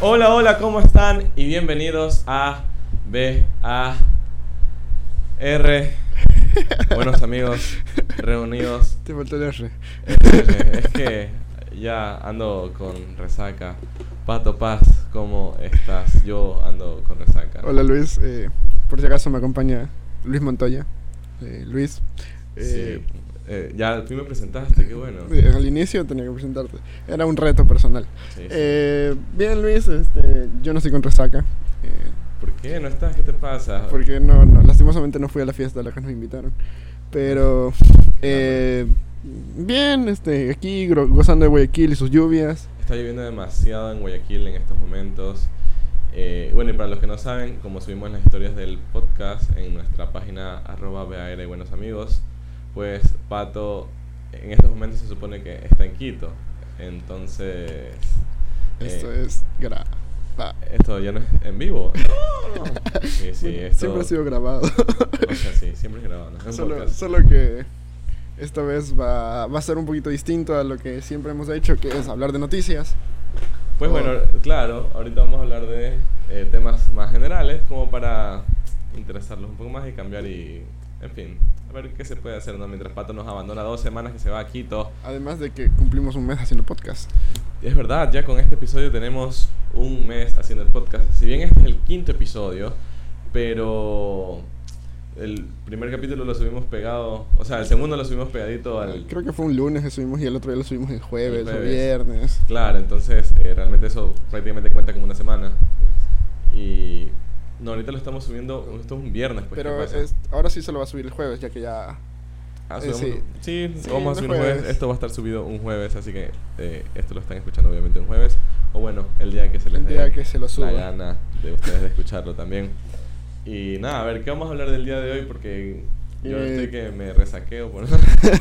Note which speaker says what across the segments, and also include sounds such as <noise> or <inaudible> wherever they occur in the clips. Speaker 1: Hola, hola, ¿cómo están? Y bienvenidos a B A R. Buenos amigos reunidos.
Speaker 2: Te faltó el R.
Speaker 1: Es que ya ando con resaca. Pato Paz, ¿cómo estás? Yo ando con resaca.
Speaker 2: Hola Luis, eh, por si acaso me acompaña Luis Montoya. Eh, Luis, eh,
Speaker 1: Sí. Eh, ya tú me presentaste, qué bueno.
Speaker 2: eh, al inicio tenía que presentarte. Era un reto personal.
Speaker 1: Sí, sí.
Speaker 2: Eh, bien Luis, este, yo no estoy con resaca. eh,
Speaker 1: ¿Por qué no estás? ¿Qué te pasa?
Speaker 2: porque no, no, lastimosamente no fui a la fiesta a la que nos invitaron. Pero
Speaker 1: Ah,
Speaker 2: eh, bien, este, aquí gro- gozando de Guayaquil y sus lluvias.
Speaker 1: Está lloviendo demasiado en Guayaquil en estos momentos. Eh, bueno, y para los que no saben, como subimos las historias del podcast en nuestra página arroba BAR y Buenos Amigos, pues Pato en estos momentos se supone que está en Quito. Entonces...
Speaker 2: Esto
Speaker 1: eh,
Speaker 2: es ah, grabado.
Speaker 1: Esto ya no es en
Speaker 2: <laughs>
Speaker 1: vivo. Sí, sí, esto...
Speaker 2: Siempre ha sido grabado. <laughs>
Speaker 1: O sea, sí, siempre es grabado. ¿no? Es un
Speaker 2: Solo,
Speaker 1: podcast.
Speaker 2: solo que esta vez va, va a ser un poquito distinto a lo que siempre hemos hecho, que es hablar de noticias.
Speaker 1: Pues bueno, claro, ahorita vamos a hablar de eh, temas más generales como para interesarlos un poco más y cambiar y, en fin, a ver qué se puede hacer, ¿no? Mientras Pato nos abandona dos semanas que se va a Quito.
Speaker 2: Además de que cumplimos un mes haciendo podcast.
Speaker 1: Es verdad, ya con este episodio tenemos un mes haciendo el podcast. Si bien este es el quinto episodio, pero el primer capítulo lo subimos pegado, o sea, el segundo lo subimos pegadito al...
Speaker 2: Ah, Creo que fue un lunes que subimos y el otro día lo subimos el jueves,
Speaker 1: El
Speaker 2: o
Speaker 1: jueves.
Speaker 2: viernes.
Speaker 1: Claro, entonces eh, realmente eso prácticamente cuenta como una semana. Pues, Y no, ahorita lo estamos subiendo, esto es un viernes, pues. ¿qué
Speaker 2: Pero
Speaker 1: pasa?
Speaker 2: es- ahora sí se lo va a subir el jueves, ya que ya...
Speaker 1: Ah,
Speaker 2: eh,
Speaker 1: subamos-
Speaker 2: sí.
Speaker 1: sí, lo
Speaker 2: Sí,
Speaker 1: vamos a
Speaker 2: los
Speaker 1: subir un jueves.
Speaker 2: jueves.
Speaker 1: Esto va a estar subido un jueves, así que eh, esto lo están escuchando obviamente un jueves. O bueno, el día que se les
Speaker 2: El
Speaker 1: dé
Speaker 2: día que se lo suba.
Speaker 1: la gana de ustedes de escucharlo también. Y nada, a ver, ¿qué vamos a hablar del día de hoy? Porque yo
Speaker 2: Eh,
Speaker 1: estoy que me resaqueo por...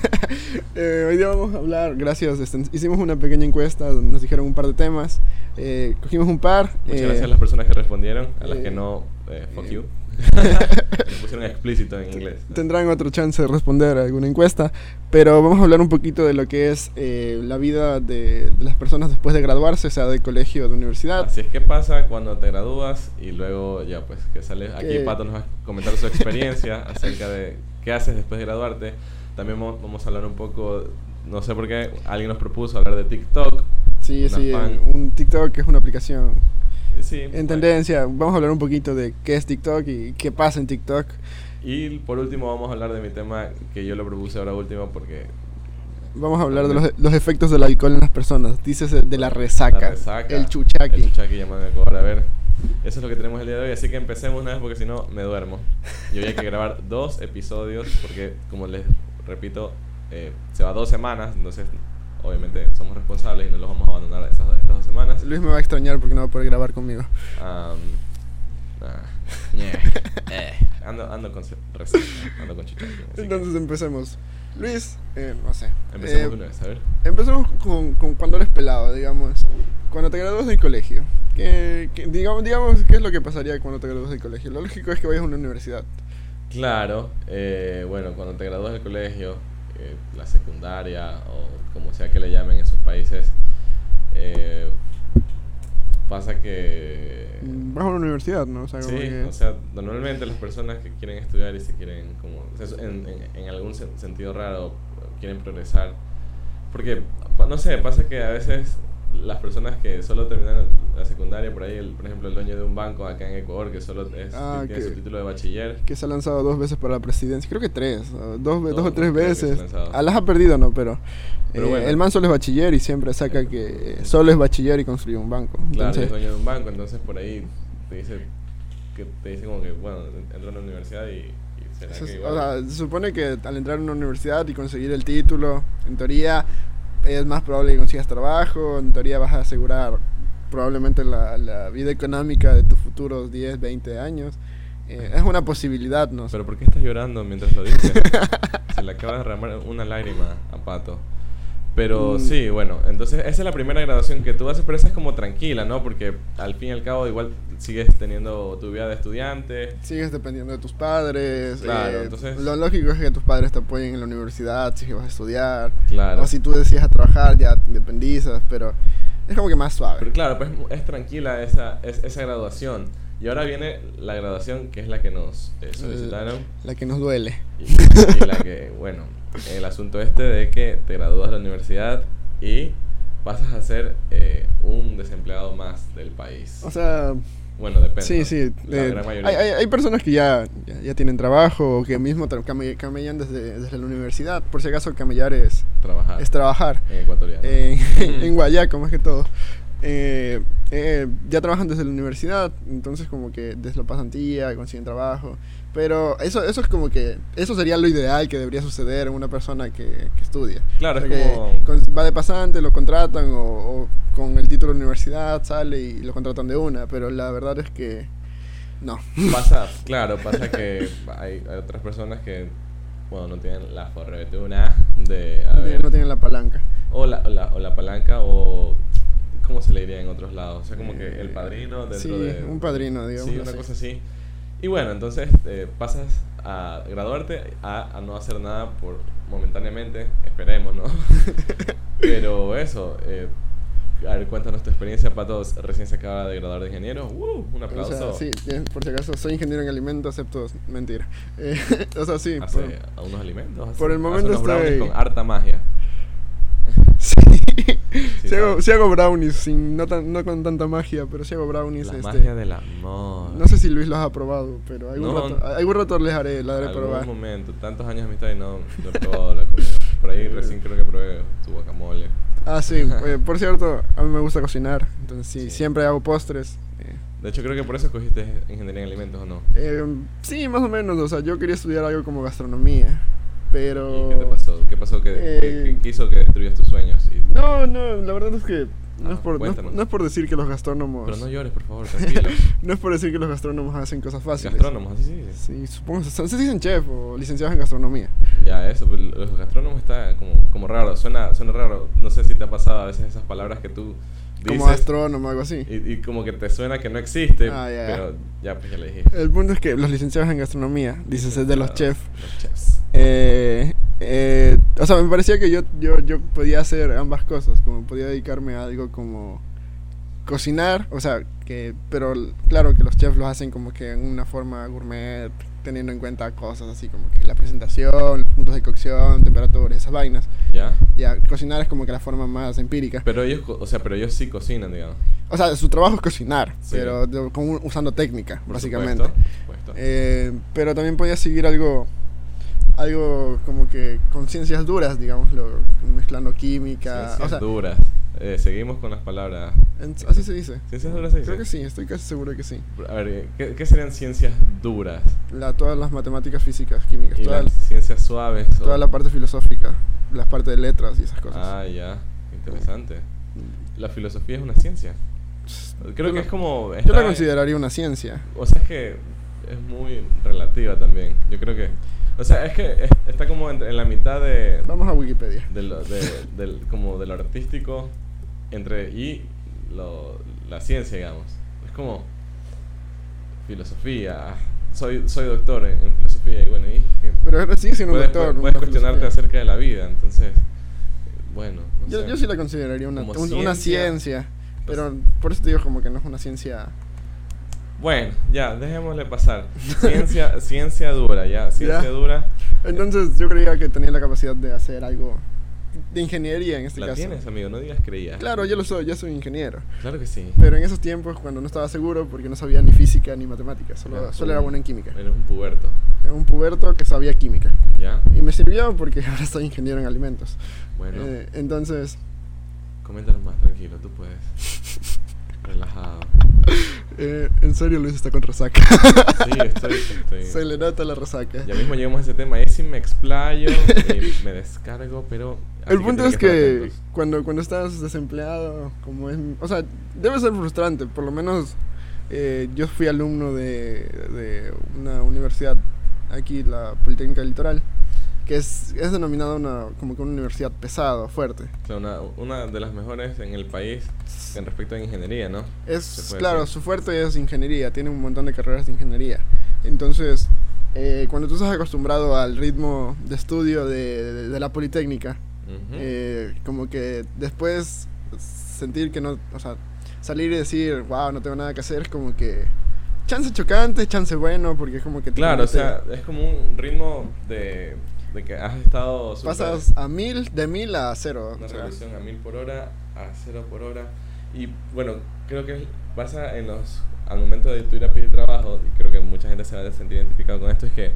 Speaker 1: <laughs>
Speaker 2: Eh, hoy día vamos a hablar, gracias, este, hicimos una pequeña encuesta donde nos dijeron un par de temas, eh, cogimos un par.
Speaker 1: Muchas
Speaker 2: eh,
Speaker 1: gracias a las personas que respondieron, a las
Speaker 2: eh,
Speaker 1: que no, eh, fuck
Speaker 2: eh, <laughs>
Speaker 1: you. Lo pusieron explícito en inglés.
Speaker 2: Tendrán otro chance de responder a alguna encuesta, pero vamos a hablar un poquito de lo que es eh, la vida de, de las personas después de graduarse, sea de colegio o de universidad.
Speaker 1: Así es que pasa cuando te gradúas y luego ya pues que sales. Aquí
Speaker 2: ¿Qué?
Speaker 1: Pato nos va a comentar su experiencia
Speaker 2: <laughs>
Speaker 1: acerca de qué haces después de graduarte. También mo- vamos a hablar un poco, no sé por qué, alguien nos propuso hablar de TikTok.
Speaker 2: Sí,
Speaker 1: Una
Speaker 2: sí,
Speaker 1: fan.
Speaker 2: un TikTok que es una aplicación
Speaker 1: Y Sí,
Speaker 2: en
Speaker 1: bueno.
Speaker 2: tendencia. Vamos a hablar un poquito de qué es TikTok y qué pasa en TikTok.
Speaker 1: Y por último vamos a hablar de mi tema que yo lo propuse ahora último porque
Speaker 2: Vamos a hablar de los, los efectos del alcohol en las personas. Dices eh, de la resaca,
Speaker 1: La resaca,
Speaker 2: el chuchaqui.
Speaker 1: El chuchaqui llaman a cobrar. A ver, eso es lo que tenemos el día de hoy. Así que empecemos una vez porque si no me duermo. Y hoy hay que
Speaker 2: <laughs>
Speaker 1: grabar dos episodios porque, como les repito, eh, se va dos semanas. Entonces, obviamente somos responsables y no los vamos a abandonar esas, estas dos semanas.
Speaker 2: Luis me va a extrañar porque no va a poder grabar conmigo.
Speaker 1: Am,
Speaker 2: <laughs>
Speaker 1: ah, ñe, eh, ando, ando con se- resaca, ando con chuchaqui. así que
Speaker 2: Entonces empecemos. Luis, eh, no sé.
Speaker 1: empecemos
Speaker 2: eh,
Speaker 1: de una vez, a ver.
Speaker 2: Empezamos con, con cuando eres pelado, digamos. Cuando te gradúas del colegio. ¿qué, qué- digamos, digamos, ¿qué es lo que pasaría cuando te gradúas del colegio? Lo lógico es que vayas a una universidad.
Speaker 1: Claro, eh, bueno, cuando te gradúas del colegio, eh, la secundaria o como sea que le llamen en sus países, eh, pasa que...
Speaker 2: Mm, Vas a una universidad, ¿no? O sea, como
Speaker 1: Sí,
Speaker 2: que-
Speaker 1: o sea, normalmente las personas que quieren estudiar y se quieren como... o sea, en, en- en algún sen- sentido raro quieren progresar. Porque, pa- no sé, pasa que a veces las personas que solo terminan la secundaria, por ahí, el- por ejemplo, el dueño de un banco acá en Ecuador, que solo es,
Speaker 2: Ah,
Speaker 1: tiene su
Speaker 2: que-
Speaker 1: título de bachiller,
Speaker 2: que se ha lanzado dos veces para la presidencia. Creo que tres. o Dos, ve-
Speaker 1: Dos,
Speaker 2: dos o tres
Speaker 1: creo que se ha
Speaker 2: veces.
Speaker 1: lanzado.
Speaker 2: A las ha perdido, ¿no? Pero,
Speaker 1: Pero
Speaker 2: eh,
Speaker 1: bueno.
Speaker 2: el man solo es bachiller y siempre saca que solo es bachiller y construye un banco.
Speaker 1: Claro, y
Speaker 2: Entonces,
Speaker 1: es dueño de un banco, entonces por ahí te dice, que te dice como que, bueno, entra a la universidad y, y será
Speaker 2: Eso
Speaker 1: que
Speaker 2: es-
Speaker 1: igual-
Speaker 2: o sea, se supone que al entrar a una universidad y conseguir el título, en teoría es más probable que consigas trabajo, en teoría vas a asegurar probablemente la, la vida económica de tus futuros 10, 20 años. Eh, es una posibilidad, ¿no?
Speaker 1: Pero ¿por qué estás llorando mientras lo
Speaker 2: <laughs>
Speaker 1: dices? Se le acaba de derramar una lágrima a Pato. Pero
Speaker 2: Mm.
Speaker 1: sí, bueno, entonces esa es la primera graduación que tú haces, pero esa es como tranquila, ¿no? Porque al fin y al cabo igual sigues teniendo tu vida de estudiante.
Speaker 2: Sigues dependiendo de tus padres.
Speaker 1: Claro,
Speaker 2: eh,
Speaker 1: entonces-
Speaker 2: Lo lógico es que tus padres te apoyen en la universidad, si es que vas a estudiar.
Speaker 1: Claro.
Speaker 2: O si tú decides a trabajar, ya te independizas, pero Es como que más suave.
Speaker 1: Pero claro, pues es tranquila esa, es- esa graduación. Y ahora viene la graduación que es la que nos eh, solicitaron.
Speaker 2: La que nos duele.
Speaker 1: Y, y la que, bueno, el asunto este de que te gradúas de la universidad y pasas a ser eh, un desempleado más del país.
Speaker 2: O sea,
Speaker 1: bueno, depende.
Speaker 2: sí,
Speaker 1: ¿no?
Speaker 2: sí.
Speaker 1: La
Speaker 2: eh,
Speaker 1: gran mayoría.
Speaker 2: hay, hay, hay personas que ya, ya, ya tienen trabajo o que mismo tra- came- camellan desde, desde la universidad. Por si acaso, camellar es,
Speaker 1: trabajar
Speaker 2: es trabajar.
Speaker 1: en ecuatoriano.
Speaker 2: en, en Guayaco más que todo. Eh, eh, ya trabajan desde la universidad, entonces como que desde la pasantía consiguen trabajo. Pero eso, eso es como que, eso sería lo ideal que debería suceder en una persona que, que estudia.
Speaker 1: Claro,
Speaker 2: O sea,
Speaker 1: es
Speaker 2: que
Speaker 1: como-
Speaker 2: con- va de pasante, lo contratan o, o con el título de universidad sale y lo contratan de una, pero la verdad es que no.
Speaker 1: <laughs> Pasa, claro, pasa que hay, hay otras personas que, bueno, no tienen la fortuna de
Speaker 2: No tienen-
Speaker 1: haber-
Speaker 2: no tienen la palanca.
Speaker 1: o, la, o, la, o la palanca o... ¿Cómo se le diría en otros lados? O sea, como que el padrino dentro
Speaker 2: Eh, Sí,
Speaker 1: de...
Speaker 2: un padrino, digamos
Speaker 1: Sí, una
Speaker 2: así.
Speaker 1: cosa así. Y bueno, entonces eh, pasas a graduarte a, a no hacer nada por momentáneamente, esperemos,
Speaker 2: <laughs>
Speaker 1: ¿no? Pero eso, eh, a ver, cuéntanos tu experiencia, Pato recién se acaba de graduar de ingeniero. ¡Uh! Un
Speaker 2: O
Speaker 1: aplauso.
Speaker 2: sea, sí, bien, por si acaso, soy ingeniero en alimentos, acepto mentira. <laughs> Eh, o sea, sí.
Speaker 1: hace
Speaker 2: por-
Speaker 1: a unos alimentos. hace-
Speaker 2: por el
Speaker 1: hace
Speaker 2: momento
Speaker 1: unos brownies
Speaker 2: estoy-
Speaker 1: con harta magia.
Speaker 2: <laughs> Sí.
Speaker 1: Sí,
Speaker 2: Sí, hago,
Speaker 1: ¿sabes?
Speaker 2: sí hago brownies, sin, no, tan- no con tanta magia, pero sí hago brownies.
Speaker 1: La
Speaker 2: este,
Speaker 1: magia del amor.
Speaker 2: No sé si Luis los ha probado, pero algún,
Speaker 1: No.
Speaker 2: rato, algún rato les haré, la
Speaker 1: En
Speaker 2: haré
Speaker 1: algún
Speaker 2: probar.
Speaker 1: momento, tantos años de amistad y no no he probado la comida. Por
Speaker 2: <laughs>
Speaker 1: ahí recién creo que probé tu guacamole.
Speaker 2: Ah, sí, eh, por cierto, a mí me gusta cocinar, entonces sí,
Speaker 1: Sí.
Speaker 2: siempre hago postres. eh.
Speaker 1: De hecho, creo que por eso escogiste ingeniería en alimentos, ¿o no?
Speaker 2: Eh, sí, más o menos, o sea, yo quería estudiar algo como gastronomía, pero...
Speaker 1: ¿Y qué te pasó? ¿Qué pasó que, que-
Speaker 2: Eh,
Speaker 1: que hizo que destruyas tus sueños? Y-
Speaker 2: No, no, la verdad es que no,
Speaker 1: Ah,
Speaker 2: es, por, no es- no,
Speaker 1: cuéntanos.
Speaker 2: es por decir que los gastrónomos...
Speaker 1: Pero no llores, por favor,
Speaker 2: <laughs>
Speaker 1: tranquilo.
Speaker 2: no es por decir que los gastrónomos hacen cosas fáciles.
Speaker 1: Gastrónomos, así sí.
Speaker 2: Sí, supongo, son- se dicen chef o licenciados en gastronomía.
Speaker 1: Ya, eso, pues, los gastrónomos está como, como raro, suena, suena raro. No sé si te ha pasado a veces esas palabras que tú dices.
Speaker 2: Como astrónomo, algo así.
Speaker 1: Y, y como que te suena que no existe,
Speaker 2: Ah, ya, ya.
Speaker 1: pero ya pues ya le dije.
Speaker 2: El punto es que los licenciados en gastronomía, dices, es de
Speaker 1: ah,
Speaker 2: los chefs.
Speaker 1: Los chefs.
Speaker 2: eh, eh, o sea, me parecía que yo, yo, yo podía hacer ambas cosas, como podía dedicarme a algo como cocinar, o sea, que, pero l- claro que los chefs lo hacen como que en una forma gourmet, teniendo en cuenta cosas así como que la presentación, los puntos de cocción, temperaturas, esas vainas.
Speaker 1: Ya.
Speaker 2: Ya, cocinar es como que la forma más empírica.
Speaker 1: Pero ellos, co- o sea, pero ellos sí cocinan, digamos.
Speaker 2: O sea, su trabajo es cocinar,
Speaker 1: Sí.
Speaker 2: pero de- con un- usando técnica,
Speaker 1: Por
Speaker 2: básicamente.
Speaker 1: supuesto, por supuesto.
Speaker 2: Eh, pero también podía seguir algo, algo como que con ciencias duras, digámoslo, mezclando química.
Speaker 1: Ciencias
Speaker 2: o sea,
Speaker 1: duras. Eh, seguimos con las palabras.
Speaker 2: en- así se dice.
Speaker 1: ¿Ciencias duras se
Speaker 2: Creo que
Speaker 1: dice?
Speaker 2: sí, estoy casi seguro que sí.
Speaker 1: A ver, eh, ¿qué, qué serían ciencias duras?
Speaker 2: La, todas las matemáticas físicas, químicas,
Speaker 1: Y
Speaker 2: toda,
Speaker 1: las ciencias suaves. o-
Speaker 2: toda la parte filosófica, las partes de letras y esas cosas.
Speaker 1: Ah, ya. Interesante. La filosofía es una ciencia. Creo
Speaker 2: Yo
Speaker 1: que
Speaker 2: la-
Speaker 1: es como.
Speaker 2: Yo
Speaker 1: está-
Speaker 2: la consideraría una ciencia.
Speaker 1: O sea, es que es muy relativa también. Yo creo que. O sea, es que es- está como en, en la mitad de.
Speaker 2: Vamos a Wikipedia.
Speaker 1: de lo, de- del- como de lo artístico entre y lo, la ciencia, digamos. Es como filosofía. Soy, soy doctor en, en filosofía y bueno, y que
Speaker 2: Pero ahora sigue siendo un
Speaker 1: puedes,
Speaker 2: doctor.
Speaker 1: puedes
Speaker 2: una
Speaker 1: cuestionarte
Speaker 2: filosofía.
Speaker 1: acerca de la vida, entonces, bueno. no
Speaker 2: Yo,
Speaker 1: sé.
Speaker 2: yo sí la consideraría una,
Speaker 1: Como
Speaker 2: un-
Speaker 1: ciencia.
Speaker 2: una
Speaker 1: Pues
Speaker 2: ciencia, pero por eso te digo como que no es una ciencia.
Speaker 1: Bueno, ya, dejémosle pasar.
Speaker 2: <laughs>
Speaker 1: Ciencia, ciencia dura, ya, ciencia
Speaker 2: Ya.
Speaker 1: dura.
Speaker 2: Entonces yo creía que tenía la capacidad de hacer algo de ingeniería en este
Speaker 1: la
Speaker 2: caso.
Speaker 1: tienes, amigo, no digas creías.
Speaker 2: Claro, yo lo soy, yo soy ingeniero.
Speaker 1: Claro que sí.
Speaker 2: Pero en esos tiempos cuando no estaba seguro porque no sabía ni física ni matemáticas, solo,
Speaker 1: Era
Speaker 2: solo era
Speaker 1: un-
Speaker 2: bueno en química.
Speaker 1: Eres un puberto,
Speaker 2: Era un puberto que sabía química.
Speaker 1: ¿ya?
Speaker 2: Y me sirvió porque <laughs> ahora soy ingeniero en alimentos.
Speaker 1: Bueno.
Speaker 2: Eh, entonces, <laughs>
Speaker 1: Coméntanos más, tranquilo, tú puedes. Relajado.
Speaker 2: eh, en serio Luis está con resaca.
Speaker 1: Sí, estoy. estoy.
Speaker 2: <laughs> Se le nota la resaca.
Speaker 1: Ya mismo llegamos a ese tema. Ahí sí me explayo, y me descargo, pero. así
Speaker 2: El punto es
Speaker 1: tienen estar
Speaker 2: que
Speaker 1: atentos.
Speaker 2: cuando, cuando estás desempleado, como es... O sea, debe ser frustrante, por lo menos eh, yo fui alumno de, de una universidad aquí, la Politécnica del Litoral, que es, es denominada una, como que una universidad pesada, fuerte.
Speaker 1: O sea, una, una de las mejores en el país en respecto a ingeniería, ¿no? Se
Speaker 2: Es,
Speaker 1: puede
Speaker 2: claro,
Speaker 1: decir.
Speaker 2: su fuerte es ingeniería, tiene un montón de carreras de ingeniería. Entonces, eh, cuando tú estás acostumbrado al ritmo de estudio de- de- de la Politécnica,
Speaker 1: Ujú.
Speaker 2: Eh, como que Eh, después s- sentir que no, o sea, salir y decir, wow, no tengo nada que hacer, es como que chance chocante, chance bueno, porque es como que... te
Speaker 1: Claro, o
Speaker 2: mete-
Speaker 1: sea, es como un ritmo de, de que has estado... súper-
Speaker 2: Pasas a mil, de mil a cero.
Speaker 1: una
Speaker 2: o sea,
Speaker 1: revolución a mil por hora, a cero por hora. Y bueno, creo que pasa en los. Al momento de tú ir a pedir trabajo, y creo que mucha gente se va a sentir identificado con esto, es que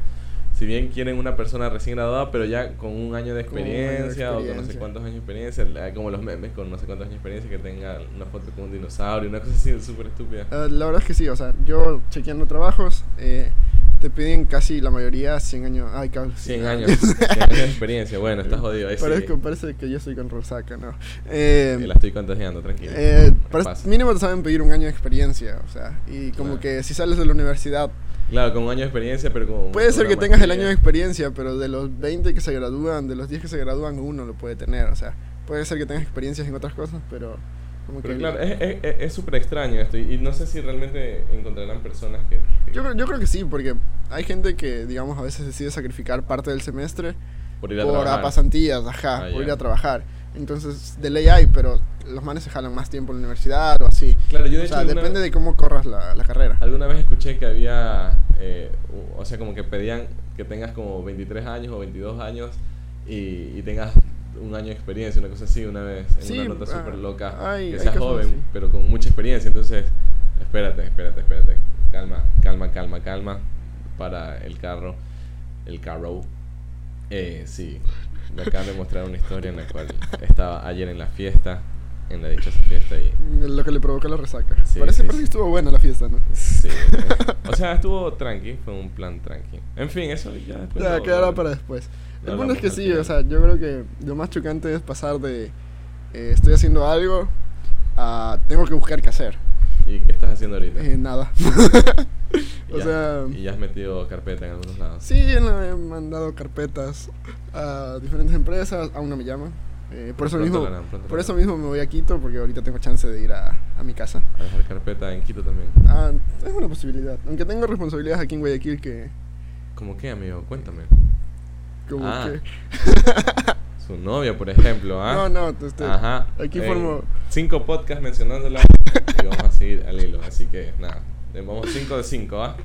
Speaker 1: si bien quieren una persona recién graduada, pero ya con un año de
Speaker 2: Con un año de
Speaker 1: experiencia, o con no sé
Speaker 2: experiencia.
Speaker 1: cuántos años de experiencia, la- como los memes con no sé cuántos años de experiencia, que tenga una foto con un dinosaurio, una cosa así súper estúpida.
Speaker 2: eh, la verdad es que sí, o sea, yo chequeando trabajos, eh, te piden casi la mayoría 100 años. Ay, cabrón.
Speaker 1: 100
Speaker 2: <laughs>
Speaker 1: años, 100 años de experiencia, bueno, estás jodido. Ahí sí,
Speaker 2: Parezco- parece que yo soy con Rosaca, ¿no? Eh,
Speaker 1: que la estoy contagiando, tranquilo.
Speaker 2: Eh,
Speaker 1: me
Speaker 2: para-
Speaker 1: pasa.
Speaker 2: mínimo te saben pedir un año de experiencia, o sea, y como
Speaker 1: Claro.
Speaker 2: que si sales de la universidad,
Speaker 1: Claro, con un año de experiencia, pero con.
Speaker 2: puede ser
Speaker 1: una
Speaker 2: que tengas el año de
Speaker 1: maestría.
Speaker 2: experiencia, pero de los 20 que se gradúan, de los 10 que se gradúan, uno lo puede tener, o sea, puede ser que tengas experiencias en otras cosas, pero como
Speaker 1: Pero
Speaker 2: que...
Speaker 1: claro, es es- es- es súper extraño esto y y no sé si realmente encontrarán personas que... que-
Speaker 2: yo, creo- yo creo que sí, porque hay gente que, digamos, a veces decide sacrificar parte del semestre
Speaker 1: por ir a
Speaker 2: por a
Speaker 1: trabajar.
Speaker 2: pasantías, ajá,
Speaker 1: Ah,
Speaker 2: por
Speaker 1: ya.
Speaker 2: ir a trabajar. Entonces, de ley hay, pero los manes se jalan más tiempo en la universidad o así.
Speaker 1: Claro, yo de
Speaker 2: o
Speaker 1: hecho
Speaker 2: sea,
Speaker 1: alguna,
Speaker 2: depende de cómo corras la, la carrera.
Speaker 1: alguna vez escuché que había, eh, u- o sea, como que pedían que tengas como 23 años o 22 años y, y tengas un año de experiencia, una cosa así, una vez, en
Speaker 2: Sí,
Speaker 1: una nota
Speaker 2: ah,
Speaker 1: súper loca,
Speaker 2: hay-
Speaker 1: que
Speaker 2: hay
Speaker 1: seas
Speaker 2: casos
Speaker 1: joven,
Speaker 2: así.
Speaker 1: pero con mucha experiencia. Entonces, espérate, espérate, espérate, calma, calma, calma, calma, para el carro, el carro. Eh, sí, me acaban de mostrar una historia en la cual estaba ayer en la fiesta, en la dichosa fiesta y...
Speaker 2: Lo que le provoca la resaca.
Speaker 1: Sí,
Speaker 2: parece,
Speaker 1: sí,
Speaker 2: parece
Speaker 1: sí.
Speaker 2: que estuvo buena la fiesta, ¿no? <laughs>
Speaker 1: Sí. o sea, estuvo tranqui, fue un plan tranqui. En fin, eso ya después...
Speaker 2: Ya,
Speaker 1: lo-
Speaker 2: quedará
Speaker 1: lo-
Speaker 2: para después.
Speaker 1: lo
Speaker 2: El punto es
Speaker 1: hablamos
Speaker 2: que
Speaker 1: al
Speaker 2: sí,
Speaker 1: final.
Speaker 2: o sea, yo creo que lo más chocante es pasar de eh, estoy haciendo algo a tengo que buscar qué hacer.
Speaker 1: ¿Y qué estás haciendo ahorita?
Speaker 2: Eh, nada. <laughs>
Speaker 1: Y
Speaker 2: o
Speaker 1: ya-
Speaker 2: sea,
Speaker 1: Y ya has metido carpeta en algunos lados.
Speaker 2: sí, le he mandado carpetas a diferentes empresas, aún no me llaman. Eh, por, eso
Speaker 1: Pronto
Speaker 2: mismo,
Speaker 1: lo harán, pronto lo
Speaker 2: por eso
Speaker 1: harán.
Speaker 2: mismo me voy a Quito, porque ahorita tengo chance de ir a, a mi casa.
Speaker 1: A dejar carpeta en Quito también.
Speaker 2: Ah, es una posibilidad. Aunque tengo responsabilidades aquí en Guayaquil que...
Speaker 1: ¿Cómo qué, amigo? Cuéntame.
Speaker 2: Como
Speaker 1: Ah.
Speaker 2: que
Speaker 1: <laughs> Su novia, por ejemplo, ¿ah?
Speaker 2: No, no, este,
Speaker 1: Ajá.
Speaker 2: aquí
Speaker 1: en
Speaker 2: formo-
Speaker 1: Cinco podcasts
Speaker 2: <laughs>
Speaker 1: mencionándola y vamos a seguir al hilo. Así que, nada. le Vamos cinco de cinco, ¿ah?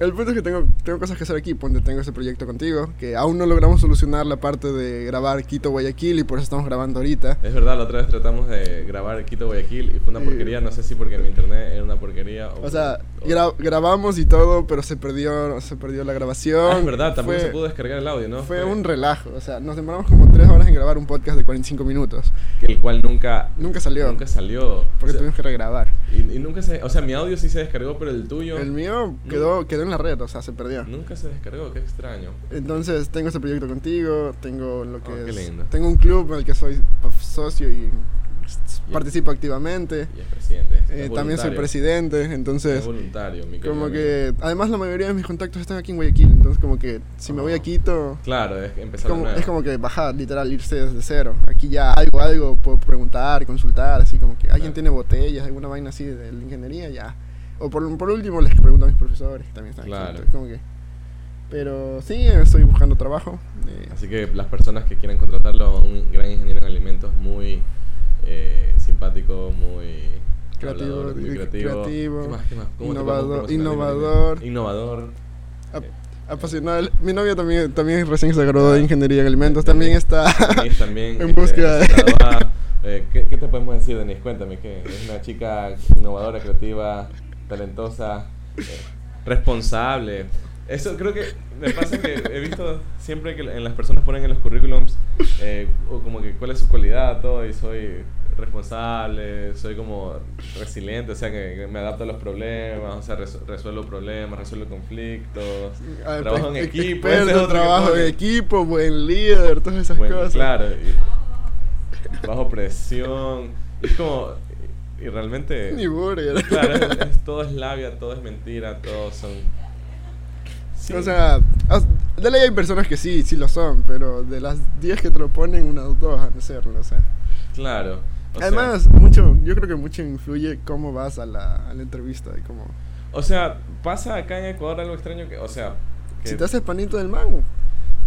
Speaker 2: El punto es que tengo, tengo cosas que hacer aquí, ponte, tengo ese proyecto contigo, que aún no logramos solucionar la parte de grabar Quito Guayaquil y por eso estamos grabando ahorita.
Speaker 1: Es verdad, la otra vez tratamos de grabar Quito Guayaquil y fue una
Speaker 2: Sí.
Speaker 1: porquería. No sé si porque mi internet era una porquería o.
Speaker 2: O sea,
Speaker 1: o-
Speaker 2: gra- grabamos y todo, pero se perdió, se perdió la grabación.
Speaker 1: Ah, es verdad, tampoco
Speaker 2: Fue-
Speaker 1: se pudo descargar el audio, ¿no?
Speaker 2: Fue un relajo, o sea, nos demoramos como tres horas en grabar un podcast de 45 minutos.
Speaker 1: que el cual nunca
Speaker 2: Nunca salió,
Speaker 1: nunca salió. O
Speaker 2: porque
Speaker 1: sea,
Speaker 2: tuvimos que regrabar.
Speaker 1: y, y nunca se, o sea, mi audio sí se descargó, pero el tuyo
Speaker 2: El mío quedó, quedó en la red, o sea, se perdió.
Speaker 1: nunca se descargó, qué extraño.
Speaker 2: Entonces tengo este proyecto contigo, tengo lo que
Speaker 1: Oh, qué
Speaker 2: es-
Speaker 1: lindo.
Speaker 2: tengo un club en el que soy socio y participo activamente.
Speaker 1: Y es presidente. es
Speaker 2: Eh, también soy
Speaker 1: voluntario,
Speaker 2: presidente,
Speaker 1: Es
Speaker 2: entonces
Speaker 1: voluntario, mi querido
Speaker 2: como
Speaker 1: amigo.
Speaker 2: que además la mayoría de mis contactos están aquí en Guayaquil, entonces como que si me voy a
Speaker 1: Ah.
Speaker 2: Quito
Speaker 1: Claro, es que
Speaker 2: es
Speaker 1: empezar de
Speaker 2: como,
Speaker 1: nuevo.
Speaker 2: es como que bajar, literal, irse desde cero. Aquí ya algo, algo puedo preguntar, consultar, así como que alguien
Speaker 1: Claro.
Speaker 2: tiene botellas, alguna vaina así de la ingeniería, ya. O por, por último les pregunto a mis profesores que también están
Speaker 1: Claro.
Speaker 2: aquí, entonces como que... Pero sí, estoy buscando trabajo. eh,
Speaker 1: Así que las personas que quieran contratarlo, un gran ingeniero en alimentos muy eh, simpático, muy
Speaker 2: Creativo,
Speaker 1: hablador, muy
Speaker 2: eh,
Speaker 1: creativo.
Speaker 2: creativo,
Speaker 1: ¿Qué más, qué más? ¿Cómo te
Speaker 2: innovador-
Speaker 1: podemos promocionar?
Speaker 2: innovador.
Speaker 1: Innovador.
Speaker 2: ap- apasionado. Mi novia también, también recién se graduó de ingeniería en alimentos,
Speaker 1: Ah. También.
Speaker 2: también está... <laughs>
Speaker 1: Denise también.
Speaker 2: En
Speaker 1: este,
Speaker 2: búsqueda de-
Speaker 1: estaba, eh, ¿qué, qué te podemos decir, Denise? Cuéntame, que es una chica innovadora, creativa, talentosa, eh, responsable. Eso creo que me pasa que he visto siempre que en las personas ponen en los currículums eh, o como que cuál es su cualidad, todo, y soy responsable, soy como resiliente, o sea que que me adapto a los problemas, o sea, resu- resuelvo problemas, resuelvo conflictos,
Speaker 2: Ah,
Speaker 1: trabajo en
Speaker 2: ex- ex-
Speaker 1: equipo, ese es
Speaker 2: experto,
Speaker 1: otro que
Speaker 2: trabajo en
Speaker 1: ponen.
Speaker 2: equipo, buen líder, todas esas
Speaker 1: Bueno,
Speaker 2: cosas.
Speaker 1: Claro, y bajo presión. y Es como. Y realmente.
Speaker 2: Ni burger.
Speaker 1: <laughs> Claro, es-
Speaker 2: <laughs>
Speaker 1: es- todo es labia, todo es mentira, todo son. Sí,
Speaker 2: O sea, as- de ley hay personas que sí, sí lo son, pero de las 10 que te lo ponen, unas dos han de serlo, o sea.
Speaker 1: Claro. o sea-
Speaker 2: Además, mucho, yo creo que mucho influye cómo vas a la, a la entrevista y cómo...
Speaker 1: o sea, pasa acá en Ecuador algo extraño que. O sea. Que,
Speaker 2: Si te haces panito del mango.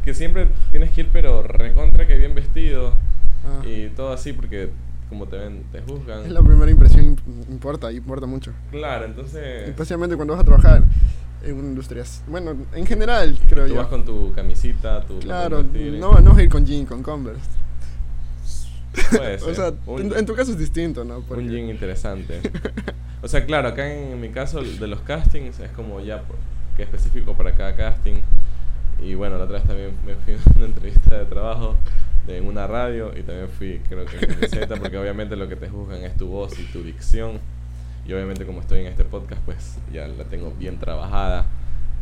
Speaker 1: que siempre tienes que ir, pero recontra que bien vestido.
Speaker 2: Ah.
Speaker 1: Y todo así, porque cómo te ven, te juzgan.
Speaker 2: Es la primera impresión, imp- importa, importa mucho.
Speaker 1: Claro, entonces
Speaker 2: Especialmente cuando vas a trabajar en una industria. así. Bueno, en general, creo
Speaker 1: tú
Speaker 2: yo.
Speaker 1: vas con tu camisita, tu ¿eh?
Speaker 2: claro,
Speaker 1: pantalón tigre.
Speaker 2: no, no vas a ir con jean, con Converse.
Speaker 1: Puede
Speaker 2: <laughs> o
Speaker 1: ser.
Speaker 2: sea,
Speaker 1: Un-
Speaker 2: en, en tu caso es distinto, ¿no? Porque-
Speaker 1: Un jean
Speaker 2: <laughs>
Speaker 1: interesante. O sea, claro, acá en, mi caso de los castings es como ya por- que específico para cada casting. Y bueno, la otra vez también me fui a <laughs> una entrevista de trabajo de en una radio y también fui, creo que con camiseta, porque obviamente lo que te juzgan es tu voz y tu dicción. Y obviamente como estoy en este podcast, pues ya la tengo bien trabajada.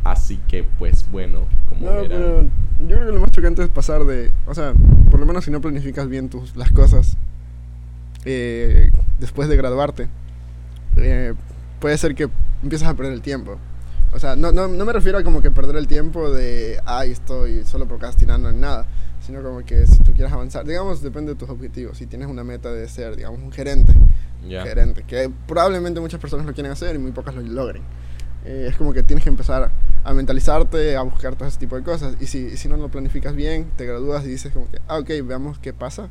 Speaker 1: Así que pues bueno, como
Speaker 2: No,
Speaker 1: verán.
Speaker 2: pero yo creo que lo más chocante es pasar de. O sea, por lo menos si no planificas bien tus, las cosas eh, después de graduarte, eh, puede ser que empiezas a perder el tiempo. O sea, no, no, no me refiero a como que perder el tiempo de, ay, estoy solo procrastinando en nada, sino como que si tú quieres avanzar, digamos, depende de tus objetivos. Si tienes una meta de ser, digamos, un gerente,
Speaker 1: Ya.
Speaker 2: gerente, que probablemente muchas personas lo quieren hacer y muy pocas lo logren. Eh, es como que tienes que empezar a mentalizarte, a buscar todo ese tipo de cosas. Y si, y si no lo planificas bien, te gradúas y dices como que, ah, ok, veamos qué pasa,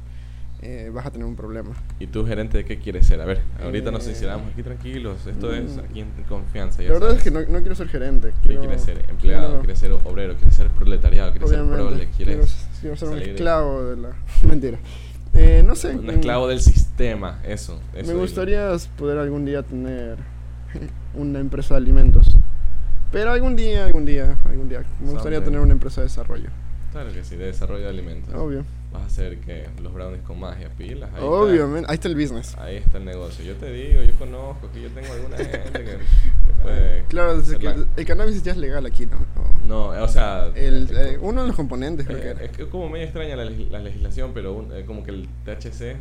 Speaker 2: eh, vas a tener un problema.
Speaker 1: ¿Y tú, gerente, de qué quieres ser? A ver, ahorita nos
Speaker 2: Eh,
Speaker 1: sinceramos aquí tranquilos. Esto es
Speaker 2: mm,
Speaker 1: aquí en confianza. ya
Speaker 2: La verdad es que
Speaker 1: sabes.
Speaker 2: no, no quiero ser gerente.
Speaker 1: ¿Qué
Speaker 2: quiero-
Speaker 1: quieres ser? ¿Empleado?
Speaker 2: quiero-
Speaker 1: ¿Quieres ser obrero? ¿Quieres ser proletariado? ¿Quieres
Speaker 2: obviamente,
Speaker 1: ser prole?
Speaker 2: quiero,
Speaker 1: ¿Quieres
Speaker 2: quiero ser un
Speaker 1: salir de-
Speaker 2: esclavo de la... <laughs> Mentira. Eh, no sé.
Speaker 1: un
Speaker 2: mm,
Speaker 1: esclavo del sistema? Eso. eso
Speaker 2: Me
Speaker 1: digo.
Speaker 2: gustaría poder algún día tener <laughs> una empresa de alimentos. Pero algún día, algún día, algún día. Me gustaría
Speaker 1: Someday.
Speaker 2: tener una empresa de desarrollo.
Speaker 1: Claro que sí, de desarrollo de alimentos.
Speaker 2: Obvio.
Speaker 1: Vas a hacer que los brownies con magia, pilas. Ahí
Speaker 2: Obvio, man. Ahí está el business.
Speaker 1: Está, ahí está el negocio. Yo te digo, yo conozco, que yo tengo alguna gente
Speaker 2: <laughs>
Speaker 1: que, que puede.
Speaker 2: Claro, desde
Speaker 1: ser
Speaker 2: que
Speaker 1: la-
Speaker 2: el, cannabis ya es legal aquí, ¿no? O-
Speaker 1: No, o sea.
Speaker 2: el-
Speaker 1: eh,
Speaker 2: eh, uno de los componentes, creo que
Speaker 1: Eh,
Speaker 2: era.
Speaker 1: es que es como medio extraña la, legis- la legislación, pero un- eh, como que el THC,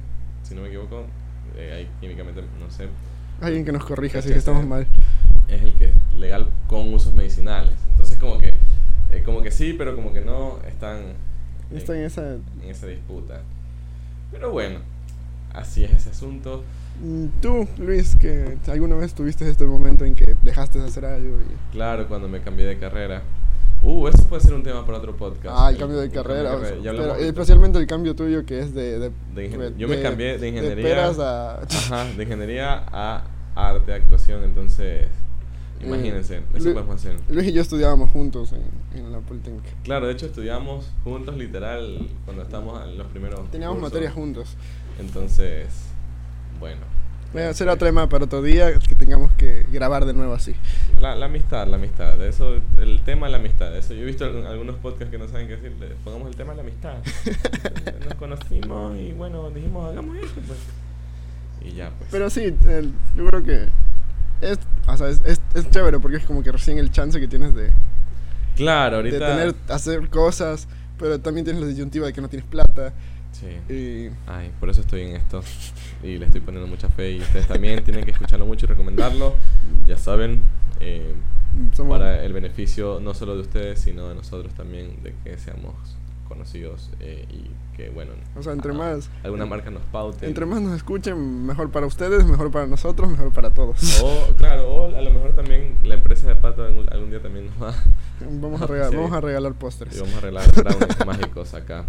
Speaker 1: si no me equivoco, eh, ahí químicamente, no sé,
Speaker 2: Alguien que nos corrija, si
Speaker 1: THC.
Speaker 2: estamos mal.
Speaker 1: es el que es legal con usos medicinales. Entonces como que, eh, como que sí, pero como que no están en-
Speaker 2: Está en esa.
Speaker 1: en esa disputa. Pero bueno, así es ese asunto.
Speaker 2: Mm, Tú, Luis, que alguna vez tuviste este momento en que dejaste de hacer algo y.
Speaker 1: Claro, cuando me cambié de carrera. Uh, eso puede ser un tema para otro podcast.
Speaker 2: Ah, el cambio de
Speaker 1: el
Speaker 2: carrera. o sea,
Speaker 1: Ya
Speaker 2: pero
Speaker 1: hablamos ahorita.
Speaker 2: especialmente el cambio tuyo que es de. de,
Speaker 1: De ingen-
Speaker 2: de-
Speaker 1: yo me cambié de ingeniería.
Speaker 2: peras a.
Speaker 1: Ajá, de ingeniería a arte, actuación, entonces
Speaker 2: Eh,
Speaker 1: imagínense, eso
Speaker 2: Lu-
Speaker 1: podemos hacer.
Speaker 2: <laughs> Luis y yo estudiábamos juntos en, en la Politécnica.
Speaker 1: Claro, de hecho estudiamos juntos literal cuando estamos en los primeros
Speaker 2: Teníamos
Speaker 1: cursos.
Speaker 2: materias juntos.
Speaker 1: Entonces, bueno.
Speaker 2: Bueno, será tema para otro día que tengamos que grabar de nuevo así.
Speaker 1: La, la amistad, la amistad, de eso, el tema de la amistad, de eso yo he visto algún- algunos podcasts que no saben qué decir, le- pongamos el tema de la
Speaker 2: <laughs>
Speaker 1: amistad. Nos conocimos y bueno, dijimos, hagamos esto, pues. Y ya, pues.
Speaker 2: Pero sí, el- yo creo que es, o sea, es, es- es chévere porque es como que recién el chance que tienes de,
Speaker 1: claro,
Speaker 2: de
Speaker 1: ahorita...
Speaker 2: tener, hacer cosas, pero también tienes la disyuntiva de que no tienes plata.
Speaker 1: Sí.
Speaker 2: Y
Speaker 1: Ay, por eso estoy en esto. Y le estoy poniendo mucha fe. Y ustedes también tienen que escucharlo mucho y recomendarlo. Ya saben, eh,
Speaker 2: somos,
Speaker 1: para el beneficio no solo de ustedes, sino de nosotros también, de que seamos conocidos eh, y que, bueno,
Speaker 2: o sea, entre
Speaker 1: a-
Speaker 2: más,
Speaker 1: alguna marca nos paute.
Speaker 2: entre más nos escuchen, mejor para ustedes, mejor para nosotros, mejor
Speaker 1: <laughs>
Speaker 2: para todos.
Speaker 1: O, claro, o a lo mejor también la empresa de pato algún, algún día también <laughs> nos va.
Speaker 2: <laughs> Vamos a
Speaker 1: <laughs>
Speaker 2: regalar,
Speaker 1: Sí.
Speaker 2: vamos a regalar
Speaker 1: Y
Speaker 2: postres.
Speaker 1: vamos a arreglar brownies <laughs> mágicos acá.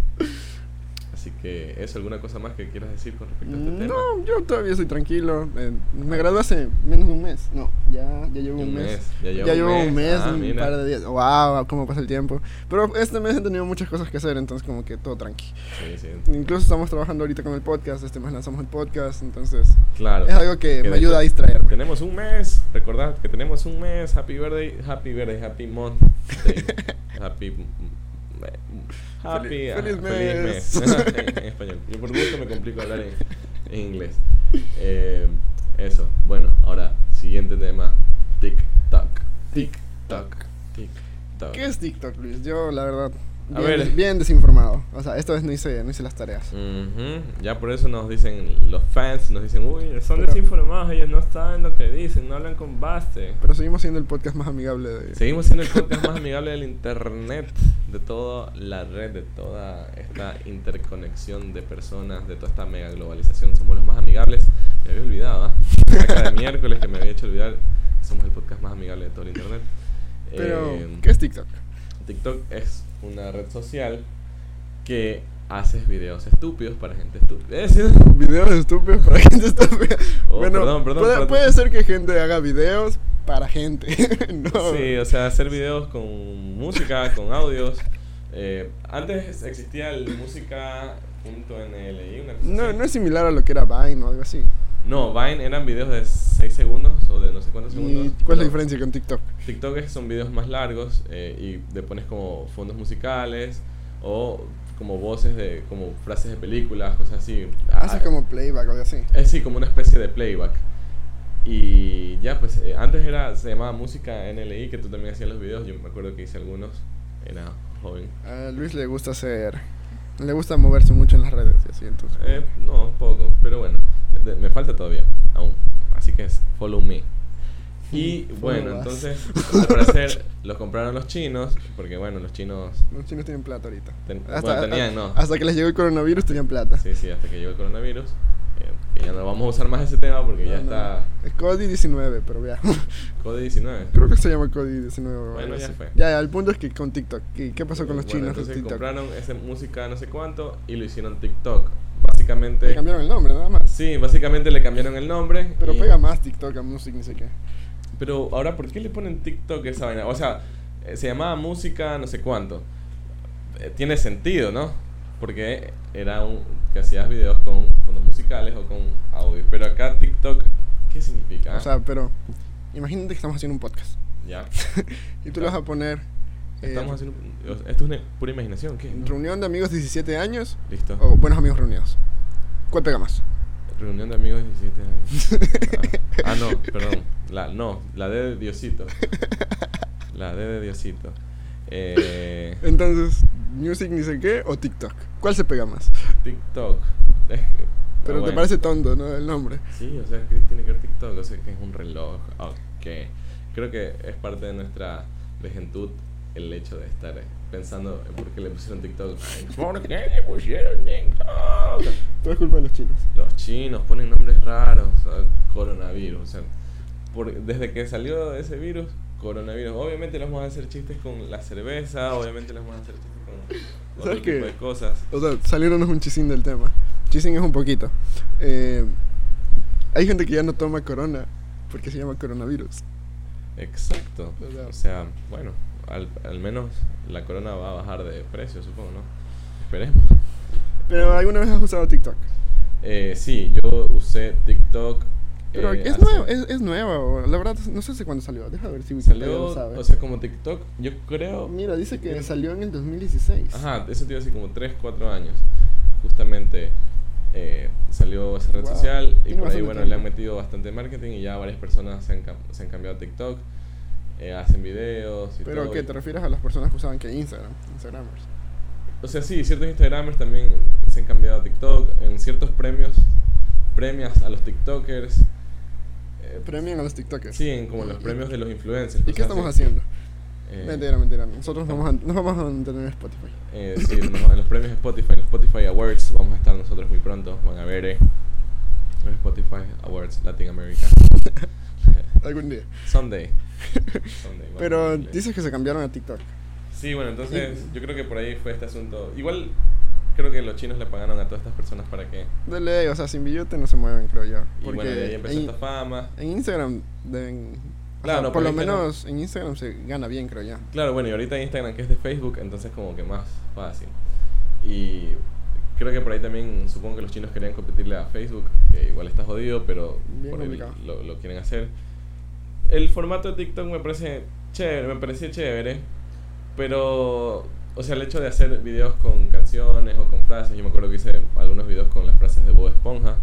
Speaker 1: Así que, ¿eso alguna cosa más que quieras decir con respecto a este tema?
Speaker 2: Mm, No, yo todavía estoy tranquilo. eh, me gradué hace menos de un mes. No, ya, ya llevo un, mes.
Speaker 1: Ya llevo
Speaker 2: Ya llevo
Speaker 1: un mes, Ah,
Speaker 2: un
Speaker 1: mira.
Speaker 2: par de días. Wow, cómo pasa el tiempo. Pero este mes he tenido muchas cosas que hacer, entonces como que todo tranqui.
Speaker 1: Sí, sí.
Speaker 2: Incluso estamos trabajando ahorita con el podcast, este mes lanzamos el podcast, entonces
Speaker 1: Claro.
Speaker 2: es algo que,
Speaker 1: de
Speaker 2: me ayuda a
Speaker 1: hecho,
Speaker 2: distraerme.
Speaker 1: Tenemos un mes, recordad que tenemos un mes. Happy birthday, happy birthday, happy month,
Speaker 2: <laughs>
Speaker 1: day, happy. m- m- Happy,
Speaker 2: Feliz-
Speaker 1: ah,
Speaker 2: feliz mes.
Speaker 1: <laughs>
Speaker 2: <laughs>
Speaker 1: en, en español. Yo por gusto me complico hablar en, en inglés. Eh, eso. Bueno, ahora, siguiente tema. Tic-tac. Tic-tac. Tic-tac.
Speaker 2: ¿Qué es TikTok, Luis? Yo, la verdad,
Speaker 1: A
Speaker 2: bien,
Speaker 1: ver. Mm.
Speaker 2: bien desinformado. O sea, esta vez no hice, no hice las tareas.
Speaker 1: Ujú, Ya por eso nos dicen los fans, nos dicen, uy, son
Speaker 2: Pero-
Speaker 1: desinformados, ellos no saben lo que dicen, no hablan con base.
Speaker 2: Pero seguimos siendo el podcast más amigable de...
Speaker 1: Seguimos siendo el podcast más amigable del internet, de toda la red, de toda esta interconexión de personas, de toda esta mega globalización. Somos los más amigables. Me había olvidado, ¿ah? La cara de miércoles que me había hecho olvidar. Somos el podcast más amigable de todo el internet.
Speaker 2: Pero,
Speaker 1: Eh,
Speaker 2: ¿qué es TikTok? <laughs>
Speaker 1: TikTok es una red social que haces videos estúpidos para gente estúpida. <laughs> Es decir,
Speaker 2: Videos estúpidos para <laughs> gente estúpida.
Speaker 1: Oh,
Speaker 2: bueno,
Speaker 1: perdón, perdón,
Speaker 2: puede,
Speaker 1: perdón.
Speaker 2: puede ser que gente haga videos para gente. <laughs> no.
Speaker 1: Sí, o sea, hacer videos con música, con audios. Eh, antes existía el música.nl. una cosa
Speaker 2: No,
Speaker 1: así.
Speaker 2: no es similar a lo que era Vine o algo así.
Speaker 1: No, Vine eran videos de 6 segundos o de no sé cuántos segundos.
Speaker 2: ¿Y cuál
Speaker 1: pero
Speaker 2: es la diferencia con TikTok?
Speaker 1: TikTok es- son videos más largos eh, y le pones como fondos musicales o como voces de, como frases de películas, cosas así.
Speaker 2: Haces
Speaker 1: Ah,
Speaker 2: como playback o algo así.
Speaker 1: Es sí, como una especie de playback. Y ya, pues eh, antes era, se llamaba música NLI, que tú también hacías los videos. Yo me acuerdo que hice algunos. Era joven.
Speaker 2: A Luis le gusta hacer. Le gusta moverse mucho en las redes y así, entonces.
Speaker 1: Eh, no, poco, pero bueno. Me, me falta todavía, aún. Así que es follow me. Y
Speaker 2: <laughs> Follow
Speaker 1: bueno,
Speaker 2: us.
Speaker 1: entonces, al parecer, <laughs> los compraron los chinos, porque bueno, los chinos.
Speaker 2: Los chinos tienen plata ahorita.
Speaker 1: Ten- bueno, tenían, no.
Speaker 2: hasta que les llegó el coronavirus tenían plata.
Speaker 1: Sí, sí, hasta que llegó el coronavirus. eh, que ya no vamos a usar más ese tema porque ya
Speaker 2: No, no,
Speaker 1: está
Speaker 2: no. Es Cody 19, pero veamos.
Speaker 1: COVID 19.
Speaker 2: <laughs> Creo que se llama Cody 19. o
Speaker 1: Bueno,
Speaker 2: algo
Speaker 1: ya
Speaker 2: así.
Speaker 1: fue.
Speaker 2: Ya, ya, el punto es que con TikTok. ¿Qué, qué pasó con los
Speaker 1: Bueno,
Speaker 2: chinos
Speaker 1: Entonces
Speaker 2: con TikTok?
Speaker 1: compraron esa música no sé cuánto y lo hicieron TikTok. Básicamente.
Speaker 2: Le cambiaron el nombre, nada más.
Speaker 1: Sí, básicamente le cambiaron el nombre.
Speaker 2: Pero
Speaker 1: y-
Speaker 2: pega más TikTok a Music, ni sé qué.
Speaker 1: Pero ahora, ¿por qué le ponen TikTok a esa vaina? O sea, eh, se llamaba música no sé cuánto. Eh, tiene sentido, ¿no? Porque era un. que hacías videos con fondos musicales o con audio. Pero acá TikTok, ¿qué significa?
Speaker 2: O sea, eh, pero imagínate que estamos haciendo un podcast.
Speaker 1: ya.
Speaker 2: Y tú le vas a poner eh,
Speaker 1: Estamos haciendo. Esto es una pura imaginación, ¿qué? No.
Speaker 2: reunión de amigos de 17 años
Speaker 1: Listo.
Speaker 2: o buenos amigos reunidos. ¿Cuál pega más?
Speaker 1: Reunión de amigos de 17
Speaker 2: <laughs>
Speaker 1: años. Ah, ah, no, perdón. La, no, la D de Diosito. La D de Diosito.
Speaker 2: <laughs>
Speaker 1: Eh,
Speaker 2: Entonces, Music ni sé qué o TikTok. ¿Cuál se pega más?
Speaker 1: TikTok. Eh,
Speaker 2: Pero te
Speaker 1: bueno.
Speaker 2: parece tonto, ¿no? El nombre.
Speaker 1: Sí, o sea, que tiene que ver TikTok? O sea, que es un reloj. Ok. Creo que es parte de nuestra vejentud el hecho de estar eh, pensando en por qué le pusieron TikTok. Ay, ¿Por qué le pusieron TikTok?
Speaker 2: Todo es culpa de los chinos.
Speaker 1: Los chinos ponen nombres raros, o sea, coronavirus. O sea, por- desde que salió ese virus, coronavirus. Obviamente les vamos a hacer chistes con la cerveza, obviamente les vamos a hacer chistes con otro
Speaker 2: ¿Sabes qué?
Speaker 1: tipo de cosas.
Speaker 2: O sea, salieron un chisín del tema. Chisín es un poquito. Eh, hay gente que ya no toma corona porque se llama coronavirus.
Speaker 1: Exacto.
Speaker 2: O sea-
Speaker 1: O sea, bueno, al, al menos la corona va a bajar de precio, supongo, ¿no? Esperemos.
Speaker 2: Pero alguna vez has usado TikTok.
Speaker 1: Eh, sí, yo usé TikTok.
Speaker 2: Pero
Speaker 1: eh,
Speaker 2: es,
Speaker 1: hace-
Speaker 2: nuevo, es, es nuevo. La verdad, no sé hace cuándo salió. Deja ver si Wikipedia
Speaker 1: Salió,
Speaker 2: lo sabe.
Speaker 1: o sea, como TikTok, yo creo...
Speaker 2: Mira, dice que salió en el 2016.
Speaker 1: Ajá, eso te iba a decir como 3, 4 años. Justamente eh, salió esa red
Speaker 2: Wow,
Speaker 1: social y
Speaker 2: tiene
Speaker 1: por ahí,
Speaker 2: bastante
Speaker 1: bueno, le
Speaker 2: tiempo.
Speaker 1: han metido bastante marketing y ya varias personas se han, cam- se han cambiado a TikTok, eh, hacen videos y
Speaker 2: Pero
Speaker 1: todo.
Speaker 2: ¿qué?
Speaker 1: y-
Speaker 2: ¿Te refieres a las personas que usaban que Instagram? Instagramers.
Speaker 1: O sea, sí, ciertos Instagramers también se han cambiado a TikTok. En ciertos premios, premias a los TikTokers. eh,
Speaker 2: Premian a los TikTokers.
Speaker 1: Sí, en como los premios de los influencers.
Speaker 2: ¿Y qué
Speaker 1: cosas
Speaker 2: estamos
Speaker 1: así.
Speaker 2: haciendo?
Speaker 1: Eh,
Speaker 2: mentira, mentira. Nosotros vamos a- nos vamos a mantener en Spotify.
Speaker 1: Eh, sí, no, en los premios Spotify, en los Spotify Awards, vamos a estar nosotros muy pronto. Van a ver eh, los Spotify Awards Latin America.
Speaker 2: Algún día.
Speaker 1: <laughs> Sunday. Sunday, vamos a
Speaker 2: Pero
Speaker 1: verle.
Speaker 2: dices que se cambiaron a TikTok.
Speaker 1: Sí, bueno, entonces yo creo que por ahí fue este asunto. Igual creo que los chinos le pagaron a todas estas personas para que.
Speaker 2: De ley, o sea, sin billete no se mueven, creo yo.
Speaker 1: Y bueno, de ahí empezó
Speaker 2: en,
Speaker 1: esta fama.
Speaker 2: en Instagram deben... o
Speaker 1: Claro,
Speaker 2: sea,
Speaker 1: no,
Speaker 2: por
Speaker 1: pero
Speaker 2: lo
Speaker 1: Instagram-
Speaker 2: menos en Instagram se gana bien, creo yo.
Speaker 1: Claro, bueno, y ahorita Instagram que es de Facebook, entonces como que más fácil. Y creo que por ahí también supongo que los chinos querían competirle a Facebook, que igual está jodido, pero
Speaker 2: Bien
Speaker 1: por ahí
Speaker 2: complicado.
Speaker 1: lo, lo quieren hacer. El formato de TikTok me parece chévere, me parecía chévere, pero o sea, el hecho de hacer videos con canciones o con frases, yo me acuerdo que hice algunos videos con las frases de Bob Esponja.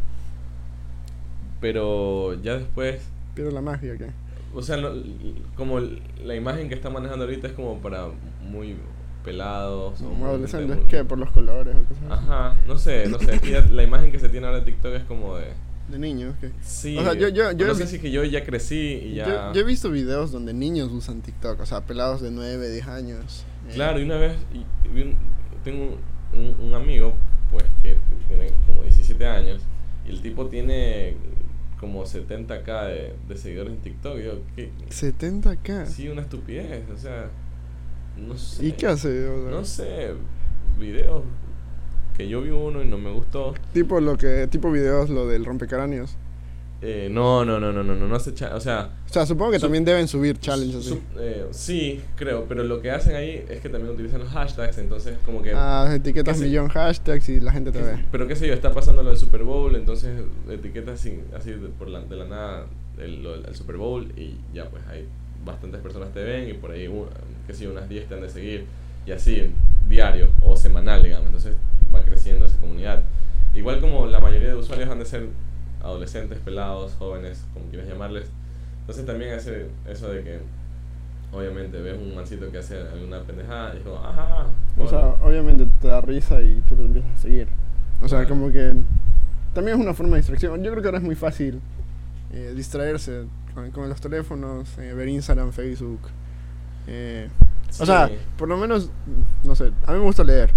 Speaker 1: Pero ya después
Speaker 2: Pero la magia, ¿qué?
Speaker 1: o sea, lo- como el- la imagen que está manejando ahorita es como para muy pelados. o
Speaker 2: Como
Speaker 1: muy-
Speaker 2: adolescentes,
Speaker 1: muy-
Speaker 2: ¿qué? Por los colores o cosas así.
Speaker 1: Ajá, no sé, no sé. es que ya la imagen que se tiene ahora en TikTok es como de.
Speaker 2: De niños, ¿qué?
Speaker 1: Sí.
Speaker 2: O sea, yo- yo- yo
Speaker 1: no
Speaker 2: he
Speaker 1: sé
Speaker 2: vi-
Speaker 1: si es que yo ya crecí y ya.
Speaker 2: Yo, yo he visto videos donde niños usan TikTok, o sea, pelados de 9, 10 años. eh,
Speaker 1: Claro, y una vez y- y vi un- tengo un, un- un amigo, pues, que tiene como 17 años, y el tipo tiene como 70k de, de seguidores en TikTok. y yo, ¿qué?
Speaker 2: 70k.
Speaker 1: Sí, una estupidez, o sea. No sé.
Speaker 2: ¿Y qué hace? O sea,
Speaker 1: No sé, videos que yo vi uno y no me gustó.
Speaker 2: Tipo lo que tipo videos lo del rompecráneos.
Speaker 1: Eh, no, no, no, no, no, no, no hace cha- o sea,
Speaker 2: O sea, supongo que
Speaker 1: Sup-
Speaker 2: también deben subir challenges
Speaker 1: su-
Speaker 2: así.
Speaker 1: eh, sí, creo, pero lo que hacen ahí es que también utilizan los hashtags, entonces como que
Speaker 2: Ah, etiquetas
Speaker 1: que se-
Speaker 2: millón hashtags y la gente te
Speaker 1: qué sé-
Speaker 2: ve.
Speaker 1: pero qué sé yo, está pasando lo del Super Bowl, entonces etiquetas así, así de, por la, de la nada el, lo del el Super Bowl y ya pues hay bastantes personas te ven y por ahí, un- qué sé yo, unas 10 te han de seguir y así, diario o semanal, digamos, entonces va creciendo esa comunidad. Igual como la mayoría de usuarios han de ser adolescentes, pelados, jóvenes, como quieras llamarles, entonces también hace eso de que obviamente ves un mancito que hace alguna pendejada y digo, ajá,
Speaker 2: O sea,
Speaker 1: bueno".
Speaker 2: obviamente te da risa y tú lo empiezas a seguir. O sea,
Speaker 1: Claro.
Speaker 2: como que también es una forma de distracción. Yo creo que ahora es muy fácil eh, distraerse con, con los teléfonos, eh, ver Instagram, Facebook. eh, O sea,
Speaker 1: Sí.
Speaker 2: por lo menos, no sé, a mí me gusta leer.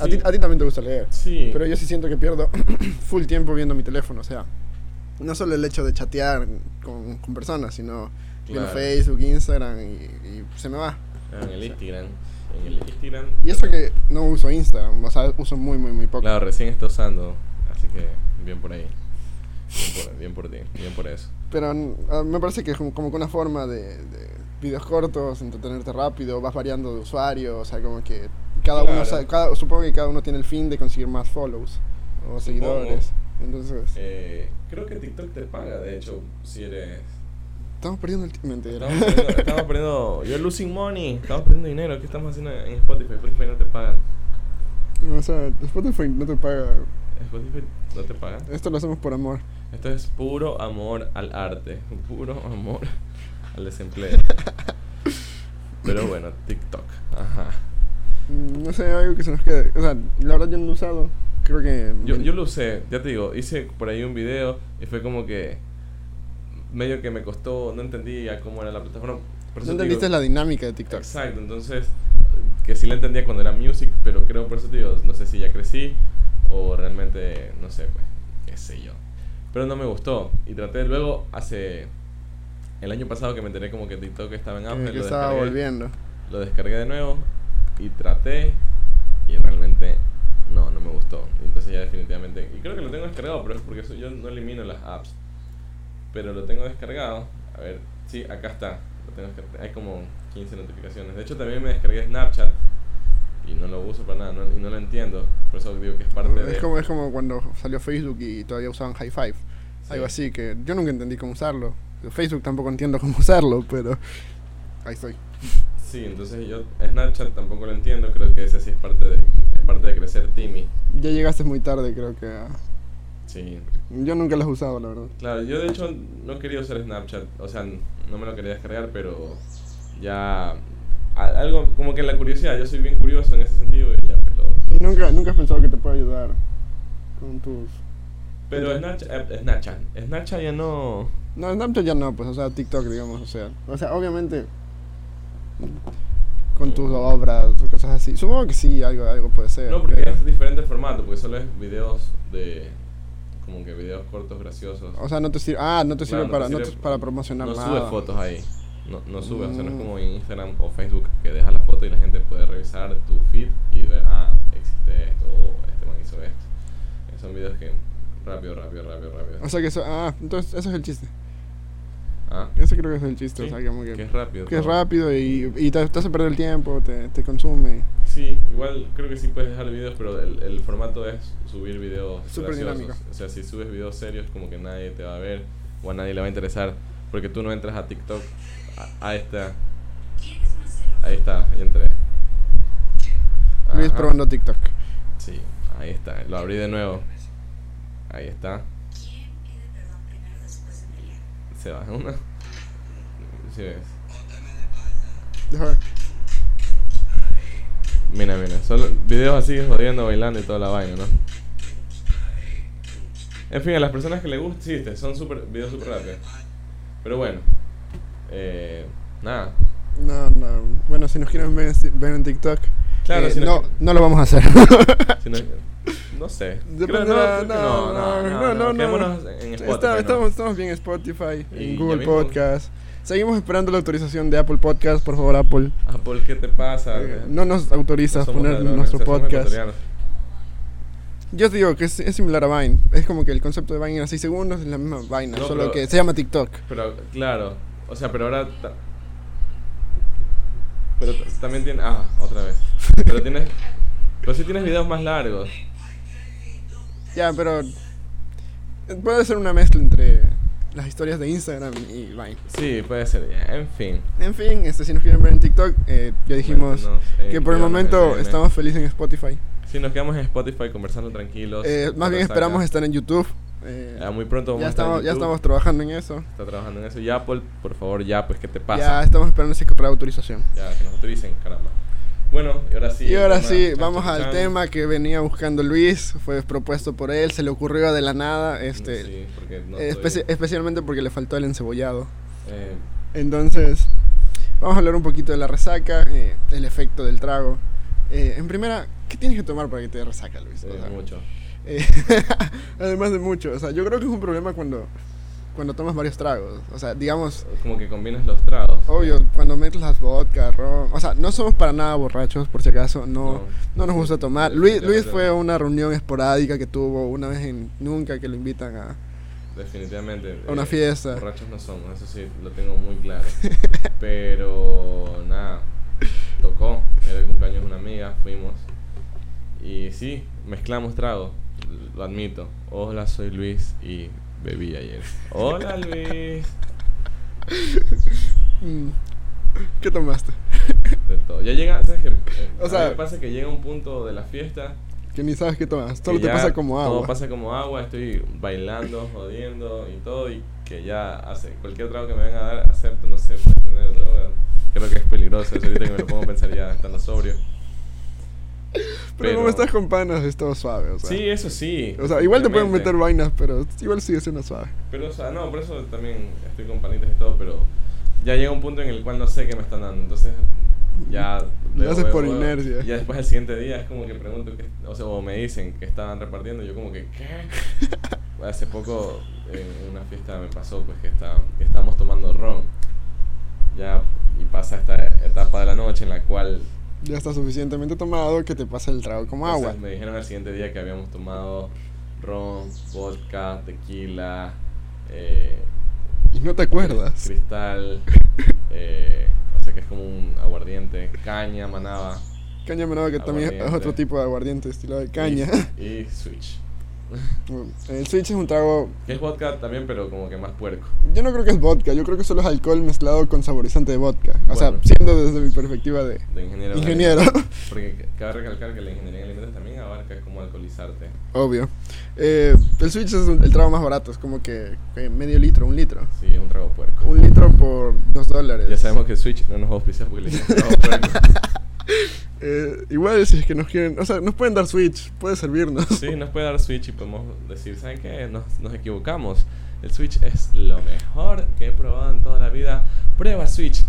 Speaker 2: A,
Speaker 1: Sí.
Speaker 2: ti, a ti también te gusta leer.
Speaker 1: Sí.
Speaker 2: Pero yo sí siento que pierdo <clears throat> full tiempo viendo mi teléfono. O sea, no solo el hecho de chatear con, con personas, sino viendo
Speaker 1: Claro.
Speaker 2: Facebook, Instagram y, y se me va.
Speaker 1: En el Instagram. En el Instagram.
Speaker 2: Y eso que no uso Instagram, o sea, uso muy, muy, muy poco.
Speaker 1: Claro, recién está usando. Así que bien por ahí. Bien por, bien por ti. Bien por eso.
Speaker 2: Pero mm, ah, me parece que es como, como que una forma de, de videos cortos, entretenerte rápido, vas variando de usuario, o sea, como que cada uno,
Speaker 1: Claro.
Speaker 2: sa- cada- supongo que cada uno tiene el fin de conseguir más follows o seguidores. Entonces,
Speaker 1: Eh, creo que TikTok te paga, de hecho, si eres.
Speaker 2: estamos perdiendo el tiempo. Mentira.
Speaker 1: Estamos perdiendo, estamos perdiendo- You're losing money. Estamos perdiendo dinero. ¿Qué estamos haciendo en Spotify? Spotify no te pagan.
Speaker 2: <laughs> o sea, Spotify no te paga.
Speaker 1: Spotify no te paga.
Speaker 2: Esto lo hacemos por amor.
Speaker 1: Esto es puro amor al arte. <laughs> Puro amor al
Speaker 2: <laughs>
Speaker 1: desempleo. Pero bueno, TikTok. Ajá.
Speaker 2: Mm, No sé, algo que se nos quede. O sea, la verdad yo no lo he usado. Creo que.
Speaker 1: Yo, yo lo usé, ya te digo, hice por ahí un video y fue como que medio que me costó, no entendía cómo era la plataforma. Por
Speaker 2: No
Speaker 1: eso te
Speaker 2: entendiste
Speaker 1: digo-
Speaker 2: la dinámica de TikTok.
Speaker 1: Exacto, entonces, que sí la entendía cuando era music, pero creo por eso te digo, no sé si ya crecí o realmente, no sé, pues, qué sé yo. Pero no me gustó y traté luego hace... El año pasado que me enteré como que TikTok estaba en
Speaker 2: que-
Speaker 1: auge,
Speaker 2: Eh, que
Speaker 1: lo
Speaker 2: estaba
Speaker 1: descargué,
Speaker 2: volviendo.
Speaker 1: lo descargué de nuevo y traté y realmente no, no me gustó. Entonces ya definitivamente, y creo que lo tengo descargado, pero es porque eso- yo no elimino las apps. Pero lo tengo descargado. A ver, sí, acá está. Lo tengo descargado. Hay como 15 notificaciones. De hecho también me descargué Snapchat y no lo uso para nada no- y no lo entiendo. Por eso digo que es parte de...
Speaker 2: es, como, es como cuando salió Facebook y todavía usaban High Five.
Speaker 1: Sí.
Speaker 2: Algo así que yo nunca entendí cómo usarlo. Facebook tampoco entiendo cómo usarlo, pero. Ahí estoy.
Speaker 1: Sí, entonces yo Snapchat tampoco lo entiendo. Creo que ese sí es parte de, es parte de crecer Timmy.
Speaker 2: Ya llegaste muy tarde, creo que. a-
Speaker 1: Sí,
Speaker 2: Yo nunca los he usado, la verdad.
Speaker 1: Claro, yo de hecho no quería usar Snapchat, o sea, n- no me lo quería descargar, pero ya a- algo como que la curiosidad, yo soy bien curioso en ese sentido y ya pues lo-
Speaker 2: ¿Y nunca, nunca has pensado que te puede ayudar con tus.
Speaker 1: Pero Snapchat, eh, Snapchat, Snapchat ya no
Speaker 2: No, Snapchat ya no, pues, o sea, TikTok, digamos, o sea. O sea, obviamente. Con tus obras, tus cosas así. Supongo que sí, algo, algo puede ser.
Speaker 1: No, porque
Speaker 2: pero-
Speaker 1: es diferente el formato, porque solo es videos de como que videos cortos graciosos.
Speaker 2: O sea, no te sirve. Ah, no te sirve,
Speaker 1: Claro, no te
Speaker 2: para, no
Speaker 1: sirve-
Speaker 2: te- para promocionar
Speaker 1: No
Speaker 2: nada.
Speaker 1: sube fotos ahí. No, no sube, o sea, no es
Speaker 2: Mm.
Speaker 1: como en Instagram o Facebook que dejas la foto y la gente puede revisar tu feed y ver, ah, existe esto, o este man hizo esto. Eh, Son videos que rápido, rápido, rápido, rápido.
Speaker 2: O sea que eso. Ah, entonces, eso es el chiste.
Speaker 1: Ah,
Speaker 2: Eso creo que es el chiste, o
Speaker 1: sí,
Speaker 2: sea, como que,
Speaker 1: que es rápido.
Speaker 2: que es
Speaker 1: todo.
Speaker 2: rápido y, y te, te hace perder el tiempo, te, te consume.
Speaker 1: Sí, igual creo que sí puedes dejar videos, pero el, el formato es subir videos
Speaker 2: Súper
Speaker 1: graciosos.
Speaker 2: dinámico.
Speaker 1: O sea, si subes videos serios, como que nadie te va a ver o a nadie le va a interesar, porque tú no entras a TikTok. A, ahí está, ahí está, ya entré.
Speaker 2: Luis
Speaker 1: Ajá.
Speaker 2: probando TikTok.
Speaker 1: Sí, ahí está, lo abrí de nuevo. Ahí está, se baja <laughs> una. Sí ves.
Speaker 2: Deja ver.
Speaker 1: Mira, mira, solo videos así jodiendo, bailando y toda la vaina, ¿no? En fin, a las personas que les gusta, sí, este, son super, videos súper rápidos. Pero bueno, eh, nada.
Speaker 2: No, no. Bueno, si nos quieren ver, en- ver en TikTok.
Speaker 1: Claro,
Speaker 2: eh,
Speaker 1: si
Speaker 2: no,
Speaker 1: no,
Speaker 2: no lo vamos a hacer. <laughs>
Speaker 1: si no, no sé.
Speaker 2: Depende
Speaker 1: Creo-
Speaker 2: de la-
Speaker 1: creo que no, no, no, no, quedémonos en Spotify.
Speaker 2: Está-
Speaker 1: ¿no?
Speaker 2: estamos, estamos bien en Spotify,
Speaker 1: Y
Speaker 2: en
Speaker 1: ya
Speaker 2: Google
Speaker 1: mismo-
Speaker 2: Podcast. Seguimos esperando la autorización de Apple Podcast, por favor, Apple.
Speaker 1: Apple, Ah, ¿qué te pasa?
Speaker 2: Eh, no nos autorizas
Speaker 1: somos
Speaker 2: poner
Speaker 1: ladrones,
Speaker 2: nuestro
Speaker 1: o sea, somos
Speaker 2: podcast.
Speaker 1: ecuatorianos.
Speaker 2: Yo te digo que es, es similar a Vine. Es como que el concepto de Vine era 6 segundos, es la misma vaina,
Speaker 1: No,
Speaker 2: solo
Speaker 1: pero-
Speaker 2: que se llama TikTok.
Speaker 1: Pero, claro. O sea, pero ahora. ta- Pero t- también tiene. Ah, otra vez. Pero tienes. Pero sí tienes videos más largos.
Speaker 2: Ya, pero puede ser una mezcla entre las historias de Instagram y Vine.
Speaker 1: Sí, puede ser. ya, En fin.
Speaker 2: En fin, este, si nos quieren ver en TikTok, eh, ya dijimos
Speaker 1: Coméntenos, eh,
Speaker 2: que por el
Speaker 1: escríbanos en
Speaker 2: momento
Speaker 1: DM.
Speaker 2: estamos felices en Spotify.
Speaker 1: Sí, nos quedamos en Spotify conversando tranquilos.
Speaker 2: Eh, más bien
Speaker 1: Resaca.
Speaker 2: esperamos estar en YouTube. eh,
Speaker 1: Ah, muy pronto vamos
Speaker 2: ya,
Speaker 1: a estar en
Speaker 2: estamos, ya
Speaker 1: YouTube.
Speaker 2: estamos trabajando en eso.
Speaker 1: Está trabajando en eso. Ya, Apple, por favor, ya, pues, ¿qué te
Speaker 2: Ya
Speaker 1: pasa?
Speaker 2: estamos esperando ese correo de autorización.
Speaker 1: Ya, que nos autoricen, caramba. Bueno, y ahora sí.
Speaker 2: y ahora
Speaker 1: el tema,
Speaker 2: sí,
Speaker 1: chan,
Speaker 2: vamos
Speaker 1: chan,
Speaker 2: al
Speaker 1: chan.
Speaker 2: tema que venía buscando Luis, fue propuesto por él, se le ocurrió de la nada, este,
Speaker 1: Sí, porque no
Speaker 2: eh,
Speaker 1: estoy-
Speaker 2: especi- especialmente porque le faltó el encebollado.
Speaker 1: eh,
Speaker 2: Entonces, vamos a hablar un poquito de la resaca, eh, el efecto del trago. Eh, en primera, ¿qué tienes que tomar para que te dé resaca, Luis? O
Speaker 1: eh,
Speaker 2: sea,
Speaker 1: mucho.
Speaker 2: eh, <laughs> además de mucho, o sea, yo creo que es un problema cuando, cuando tomas varios tragos. O sea, digamos,
Speaker 1: Como que combinas los tragos.
Speaker 2: Obvio, cuando mezclas vodka, ron. O sea, no somos para nada borrachos, por si acaso. No, no, nos gusta tomar. Luis, Luis fue a una reunión esporádica que tuvo una vez en Nunca que lo invitan a.
Speaker 1: Definitivamente. eh,
Speaker 2: a una fiesta.
Speaker 1: Borrachos no somos, eso sí, lo tengo muy claro.
Speaker 2: <laughs>
Speaker 1: Pero nada, tocó. Era el cumpleaños de una amiga, fuimos. Y sí, mezclamos tragos, lo admito. Hola, soy Luis y bebí ayer. Hola, Luis.
Speaker 2: <laughs> Mm. ¿Qué tomaste?
Speaker 1: De todo. Ya llega, ¿sabes qué? Eh,
Speaker 2: O
Speaker 1: a
Speaker 2: sea-
Speaker 1: mí me pasa que llega un punto de la fiesta.
Speaker 2: Que ni sabes qué tomas. Solo
Speaker 1: que
Speaker 2: te
Speaker 1: ya
Speaker 2: pasa como
Speaker 1: Todo
Speaker 2: agua.
Speaker 1: pasa como agua, estoy bailando, jodiendo y todo. Y que ya hace cualquier trago que me vengan a dar, acepto, no sé, por tener droga. Creo que es peligroso. eso ahorita que me lo pongo a pensar ya estando
Speaker 2: <laughs>
Speaker 1: sobrio.
Speaker 2: pero,
Speaker 1: pero-
Speaker 2: como estás con panas, es todo suave. O sea,
Speaker 1: Sí, eso sí.
Speaker 2: o sea igual te pueden
Speaker 1: obviamente.
Speaker 2: meter vainas, pero igual sigue siendo suave.
Speaker 1: Pero, o sea, no, por eso también estoy con panitas y todo, pero ya llega un punto en el cual no sé qué me están dando. Entonces, ya.
Speaker 2: <laughs> Lo
Speaker 1: veo,
Speaker 2: haces
Speaker 1: veo,
Speaker 2: por
Speaker 1: veo,
Speaker 2: inercia.
Speaker 1: Y ya después, el siguiente día, es como que pregunto, qué- o sea, o me dicen que estaban repartiendo, y yo como que,
Speaker 2: <laughs>
Speaker 1: ¿qué? Hace poco en una fiesta me pasó pues que, está, que estábamos tomando ron. Ya, y pasa esta etapa de la noche en la cual.
Speaker 2: Ya está suficientemente tomado que te pasa el trago como
Speaker 1: entonces,
Speaker 2: agua.
Speaker 1: Me dijeron al siguiente día que habíamos tomado ron, vodka, tequila. Eh,
Speaker 2: Y no te acuerdas.
Speaker 1: Cristal, eh, o sea que es como un aguardiente, caña, manaba.
Speaker 2: Caña menor que también es
Speaker 1: Aguardiente.
Speaker 2: otro tipo de aguardiente, estilo de caña. <laughs>
Speaker 1: Y, y switch.
Speaker 2: El Switch es un trago.
Speaker 1: Que es vodka también, pero como que más puerco.
Speaker 2: Yo no creo que es vodka, yo creo que solo es alcohol mezclado con saborizante de vodka. O sea,
Speaker 1: Bueno.
Speaker 2: siendo desde mi perspectiva de
Speaker 1: De ingeniero. en
Speaker 2: ingeniero, <laughs>
Speaker 1: alimentos. Porque cabe recalcar que la ingeniería en alimentos también abarca cómo alcoholizarte.
Speaker 2: obvio. Eh, el Switch es un- el trago más barato, es como que, que medio litro, un litro.
Speaker 1: Sí, es un trago puerco.
Speaker 2: Un litro por dos dólares.
Speaker 1: Ya sabemos que Switch no nos auspicia porque le dicen trago
Speaker 2: <laughs>
Speaker 1: puerco.
Speaker 2: Eh, igual si es que nos quieren, o sea, nos pueden dar Switch, puede servirnos.
Speaker 1: Sí, nos puede dar Switch y podemos decir, ¿saben qué? Nos, nos equivocamos. El Switch es lo mejor que he probado en toda la vida. Prueba Switch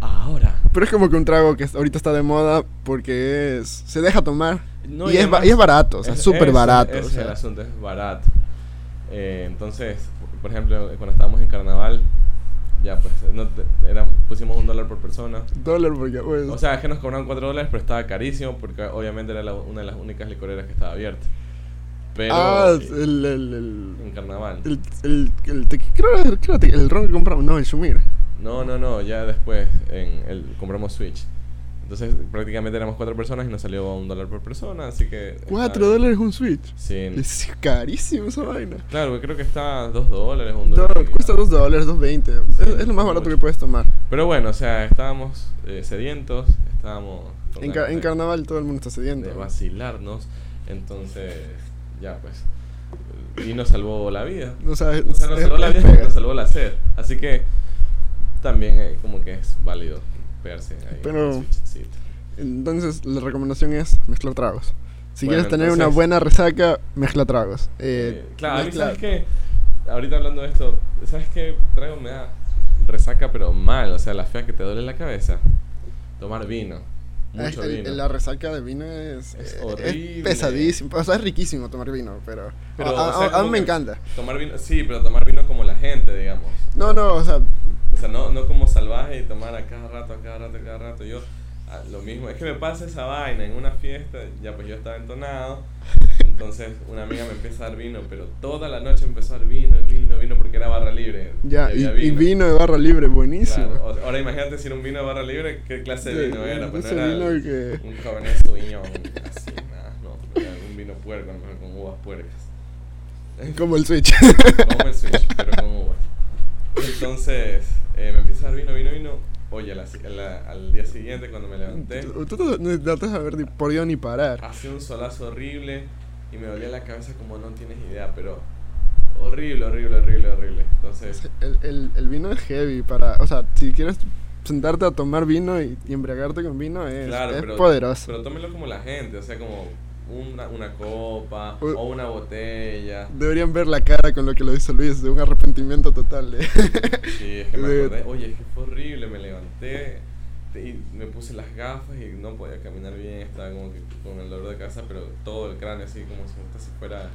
Speaker 1: ahora.
Speaker 2: <laughs> Pero es como que un trago que ahorita está de moda porque es, se deja tomar.
Speaker 1: No,
Speaker 2: y, es, ba-
Speaker 1: además-
Speaker 2: y es barato, o sea,
Speaker 1: Es-
Speaker 2: súper
Speaker 1: ese-
Speaker 2: barato.
Speaker 1: ese
Speaker 2: o
Speaker 1: es
Speaker 2: sea.
Speaker 1: el asunto, es barato. Eh, entonces, por ejemplo, cuando estábamos en carnaval, ya pues no te- era- pusimos un dólar por persona.
Speaker 2: Dólar porque, pues,
Speaker 1: O sea, es que nos cobraron 4 dólares, pero estaba carísimo porque obviamente era la- una de las únicas licoreras que estaba abierta. Pero
Speaker 2: ah,
Speaker 1: eh,
Speaker 2: el- el- el,
Speaker 1: en carnaval.
Speaker 2: El, el, el, tequi- creo, que- creo que el ron que compramos, no, el Shumir.
Speaker 1: No, no, no, ya después en el, compramos Switch. Entonces prácticamente éramos cuatro personas y nos salió un dólar por persona, así que... está
Speaker 2: 4
Speaker 1: bien.
Speaker 2: dólares un Switch.
Speaker 1: Ah, Sí.
Speaker 2: Es carísimo esa vaina.
Speaker 1: Claro, porque creo que está 2 dólares, un
Speaker 2: Do-
Speaker 1: dólar. y-
Speaker 2: cuesta 2 dólares, 2.20.
Speaker 1: Sí,
Speaker 2: es, es lo más barato
Speaker 1: mucho.
Speaker 2: que puedes tomar.
Speaker 1: Pero bueno, o sea, estábamos eh, sedientos, estábamos con
Speaker 2: En,
Speaker 1: ganas
Speaker 2: ca- en
Speaker 1: de-
Speaker 2: carnaval todo el mundo está cediendo.
Speaker 1: de vacilarnos, entonces ya pues y nos salvó la vida.
Speaker 2: O sea, es-
Speaker 1: O sea, nos
Speaker 2: es-
Speaker 1: salvó la
Speaker 2: es
Speaker 1: vida, pero
Speaker 2: pegar.
Speaker 1: nos salvó la sed. Así que también eh, como que es válido pegarse ahí.
Speaker 2: Pero-
Speaker 1: un switchcito.
Speaker 2: Entonces, la recomendación es mezclar tragos. Si
Speaker 1: Bueno,
Speaker 2: quieres tener una
Speaker 1: entonces-
Speaker 2: buena resaca, mezcla tragos. Eh,
Speaker 1: Eh, claro, a mí
Speaker 2: mezcla-
Speaker 1: sabes que ahorita hablando de esto, sabes qué traigo me da resaca pero mal, o sea, la fea que te duele la cabeza. Tomar vino,
Speaker 2: Ah, es-
Speaker 1: mucho
Speaker 2: el-
Speaker 1: vino.
Speaker 2: La resaca de vino es,
Speaker 1: Es
Speaker 2: eh,
Speaker 1: horrible.
Speaker 2: pesadísimo. O sea, es riquísimo tomar vino, pero,
Speaker 1: Pero,
Speaker 2: a,
Speaker 1: o sea,
Speaker 2: a- a
Speaker 1: como
Speaker 2: mí me
Speaker 1: que-
Speaker 2: encanta.
Speaker 1: Tomar vino, sí, pero tomar vino como la gente, digamos.
Speaker 2: No, no, o sea,
Speaker 1: O sea, no, no como salvaje y tomar a cada rato, a cada rato, a cada rato. Yo, ah, lo mismo, es que me pasa esa vaina en una fiesta, ya pues yo estaba entonado, Entonces una amiga me empieza a dar vino, pero toda la noche empezó a dar vino, vino, vino, porque era barra libre.
Speaker 2: Ya, y,
Speaker 1: había
Speaker 2: y vino de barra libre, buenísimo.
Speaker 1: Claro, o- Ahora imagínate si era un vino de barra libre, ¿qué clase de
Speaker 2: Sí,
Speaker 1: vino era? Pues
Speaker 2: ese
Speaker 1: no era
Speaker 2: vino que-
Speaker 1: un cabernet sauvignon, así, nada, no, era un vino puerco, a lo mejor con uvas puercas.
Speaker 2: Como el Switch.
Speaker 1: Como el Switch, pero con uvas. Entonces, eh, me empieza a dar vino, vino, vino. Oye, a la- a la- al día siguiente cuando me levanté,
Speaker 2: <laughs> Tú- Tú no- no tratas de ver ni- por Dios ni parar.
Speaker 1: hacía un solazo horrible y me dolía la cabeza como no tienes idea, pero horrible, horrible, horrible, horrible. Entonces,
Speaker 2: El, el- el vino es heavy para... O sea, si quieres sentarte a tomar vino y, y embriagarte con vino es,
Speaker 1: claro,
Speaker 2: es
Speaker 1: pero,
Speaker 2: poderoso.
Speaker 1: pero tómelo como la gente, o sea, como una, una copa
Speaker 2: Uh.
Speaker 1: o una botella.
Speaker 2: Deberían ver la cara con lo que lo dice Luis, de un arrepentimiento total. eh. de-
Speaker 1: Sí, es que me
Speaker 2: de-
Speaker 1: acordé, oye, es que fue horrible, me levanté te- y me puse las gafas y no podía caminar bien, estaba como que con el dolor de cabeza, pero todo el cráneo así como si, hasta si fuera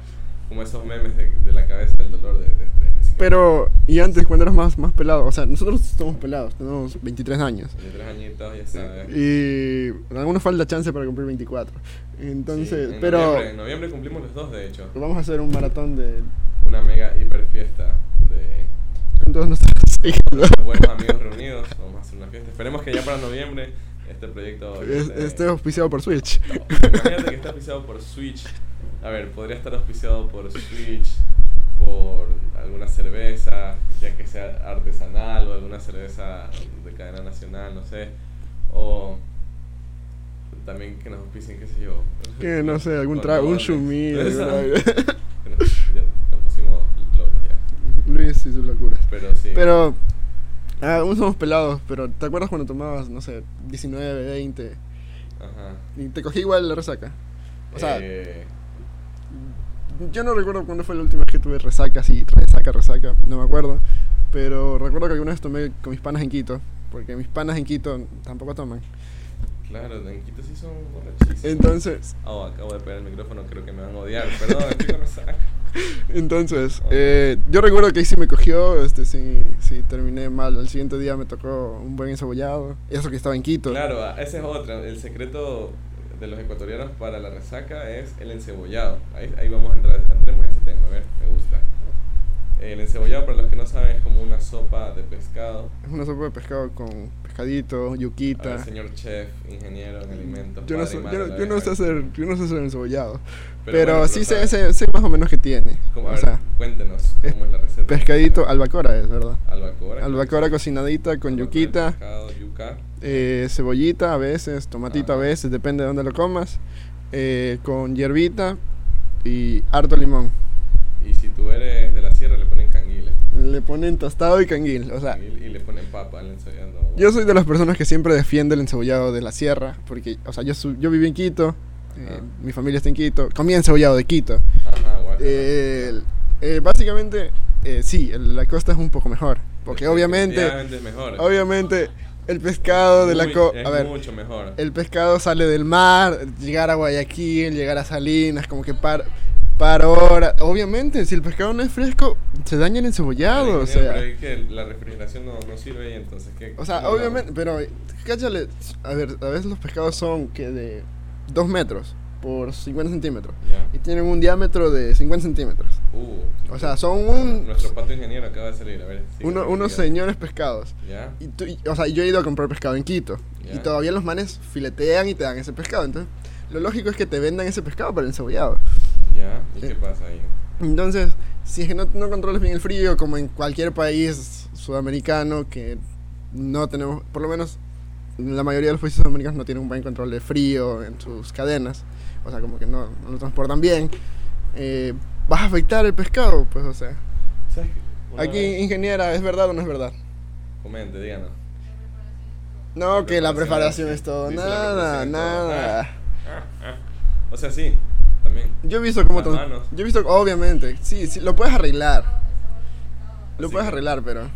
Speaker 1: como esos memes de, de la cabeza del dolor de, de estrés. así que-
Speaker 2: <laughs> Pero, y antes, cuando eras más, más pelado, o sea, nosotros somos pelados, tenemos 23 años.
Speaker 1: De tres añitos, ya sabes.
Speaker 2: Y a algunos falta chance para cumplir 24. Entonces,
Speaker 1: Sí, en
Speaker 2: pero
Speaker 1: Noviembre, en noviembre cumplimos los dos, de hecho.
Speaker 2: vamos a hacer un maratón de
Speaker 1: Una mega hiper fiesta de
Speaker 2: con todos nuestros <laughs> hijos.
Speaker 1: buenos amigos reunidos. Vamos a hacer una fiesta. Esperemos que ya para noviembre este proyecto.
Speaker 2: Es-
Speaker 1: esté-
Speaker 2: Este es auspiciado por Switch.
Speaker 1: No, Imagínate que está auspiciado por Switch. A ver, podría estar auspiciado por Switch, por alguna cerveza, ya que sea artesanal o alguna cerveza de cadena nacional, no sé. O también que nos auspicien, qué sé yo.
Speaker 2: Que no sé, algún trago, un
Speaker 1: condones. <laughs>
Speaker 2: chumillo.
Speaker 1: Esa-
Speaker 2: alguna-
Speaker 1: que nos, ya nos pusimos locos ya.
Speaker 2: <laughs> Luis y sus locuras.
Speaker 1: Pero sí.
Speaker 2: Pero, ah, aún somos pelados, pero ¿te acuerdas cuando tomabas, no sé, 19, 20?
Speaker 1: Ajá.
Speaker 2: Y te cogí igual la resaca. O sea,
Speaker 1: Eh,
Speaker 2: Yo no recuerdo cuándo fue la última vez que tuve resaca, sí, resaca, resaca, no me acuerdo. Pero recuerdo que alguna vez tomé con mis panas en Quito, porque mis panas en Quito tampoco toman.
Speaker 1: claro, en Quito sí son borrachísimos.
Speaker 2: Entonces,
Speaker 1: Oh, acabo de pegar el micrófono, creo que me van a odiar.
Speaker 2: <laughs>
Speaker 1: Perdón, estoy con resaca.
Speaker 2: entonces, eh, yo recuerdo que ahí sí me cogió, este, sí, sí, terminé mal. Al siguiente día me tocó un buen encebollado, y eso que estaba en Quito.
Speaker 1: Claro, ah, esa es otra. El secreto de los ecuatorianos para la resaca es el encebollado. Ahí, ahí vamos a entrar, entremos en ese tema, a ver, me gusta. El encebollado, para los que no saben, es como una sopa de pescado.
Speaker 2: Es una sopa de pescado con pescadito,
Speaker 1: A ver,
Speaker 2: yuquita.
Speaker 1: señor chef, ingeniero en alimentos.
Speaker 2: Yo no,
Speaker 1: padre y
Speaker 2: sé,
Speaker 1: madre
Speaker 2: yo,
Speaker 1: de
Speaker 2: no-
Speaker 1: la
Speaker 2: yo no sé
Speaker 1: verga.
Speaker 2: hacer, yo no sé hacer encebollado, pero,
Speaker 1: bueno,
Speaker 2: sí sé,
Speaker 1: sabes.
Speaker 2: sé- sé más o menos que tiene.
Speaker 1: Como, a
Speaker 2: o
Speaker 1: ver,
Speaker 2: sea,
Speaker 1: cuéntenos
Speaker 2: es
Speaker 1: cómo es la receta.
Speaker 2: pescadito, albacora es, ¿verdad?
Speaker 1: albacora.
Speaker 2: Albacora cocinadita con
Speaker 1: Albacora,
Speaker 2: yuquita,
Speaker 1: pescado, yuca.
Speaker 2: eh, cebollita a veces, tomatito a
Speaker 1: Ah.
Speaker 2: veces, depende de dónde lo comas, eh, con hierbita y harto limón.
Speaker 1: Y si tú eres de la sierra, le ponen canguil.
Speaker 2: Le ponen tostado y canguil, o sea,
Speaker 1: Canguil y le ponen papa al encebollado.
Speaker 2: yo soy de las personas que siempre defiende el encebollado de la sierra, porque, o sea, yo, su- yo viví en Quito, eh,
Speaker 1: Ajá.
Speaker 2: mi familia está en Quito, comía encebollado de Quito.
Speaker 1: Ajá, guácala.
Speaker 2: Eh, eh, básicamente, eh, sí, el- la costa es un poco mejor, porque obviamente,
Speaker 1: Definitivamente es mejor.
Speaker 2: obviamente, el pescado de la
Speaker 1: Muy-
Speaker 2: costa...
Speaker 1: es mucho mejor.
Speaker 2: el pescado sale del mar, llegar a Guayaquil, llegar a Salinas, como que par, para hora. Obviamente, si el pescado no es fresco, se daña el encebollado,
Speaker 1: Ingeniero,
Speaker 2: o sea.
Speaker 1: Pero es que la refrigeración no, no sirve ahí, entonces. ¿qué?
Speaker 2: O sea,
Speaker 1: ¿Cómo lo
Speaker 2: obviamente, pero cáchale, a ver, a veces los pescados son que de 2 metros por 50 centímetros
Speaker 1: hago? Ya.
Speaker 2: y tienen un diámetro de 50 centímetros.
Speaker 1: Uh,
Speaker 2: O sea, son
Speaker 1: nuestro-
Speaker 2: un-
Speaker 1: Nuestro pato ingeniero acaba de salir, a ver. sigue,
Speaker 2: Uno-
Speaker 1: sigue.
Speaker 2: unos señores pescados.
Speaker 1: Ya.
Speaker 2: Y tú- y- o sea, yo he ido a comprar pescado en Quito y
Speaker 1: Ya.
Speaker 2: todavía los manes filetean y te dan ese pescado. Entonces, lo lógico es que te vendan ese pescado para el encebollado.
Speaker 1: Ya. ¿Y
Speaker 2: Eh.
Speaker 1: qué pasa ahí?
Speaker 2: Entonces, si es que no, no controlas bien el frío, como en cualquier país sudamericano, que no tenemos, por lo menos la mayoría de los países sudamericanos no tienen un buen control de frío en sus cadenas, o sea, como que no, no lo transportan bien, eh, vas a afectar el pescado, pues, o sea.
Speaker 1: ¿Sabes qué? Una
Speaker 2: Aquí,
Speaker 1: vez-
Speaker 2: ingeniera, ¿es verdad o no es verdad?
Speaker 1: Comente, díganos.
Speaker 2: No,
Speaker 1: La
Speaker 2: que la
Speaker 1: preparación,
Speaker 2: preparación es todo,
Speaker 1: dice la
Speaker 2: nada,
Speaker 1: preparación es todo. Ah.
Speaker 2: nada.
Speaker 1: O sea, sí, también.
Speaker 2: Yo he visto cómo...
Speaker 1: Las
Speaker 2: tan-
Speaker 1: manos.
Speaker 2: Yo he visto, obviamente, sí, sí, lo puedes arreglar, lo
Speaker 1: Así
Speaker 2: puedes
Speaker 1: que-
Speaker 2: arreglar, pero...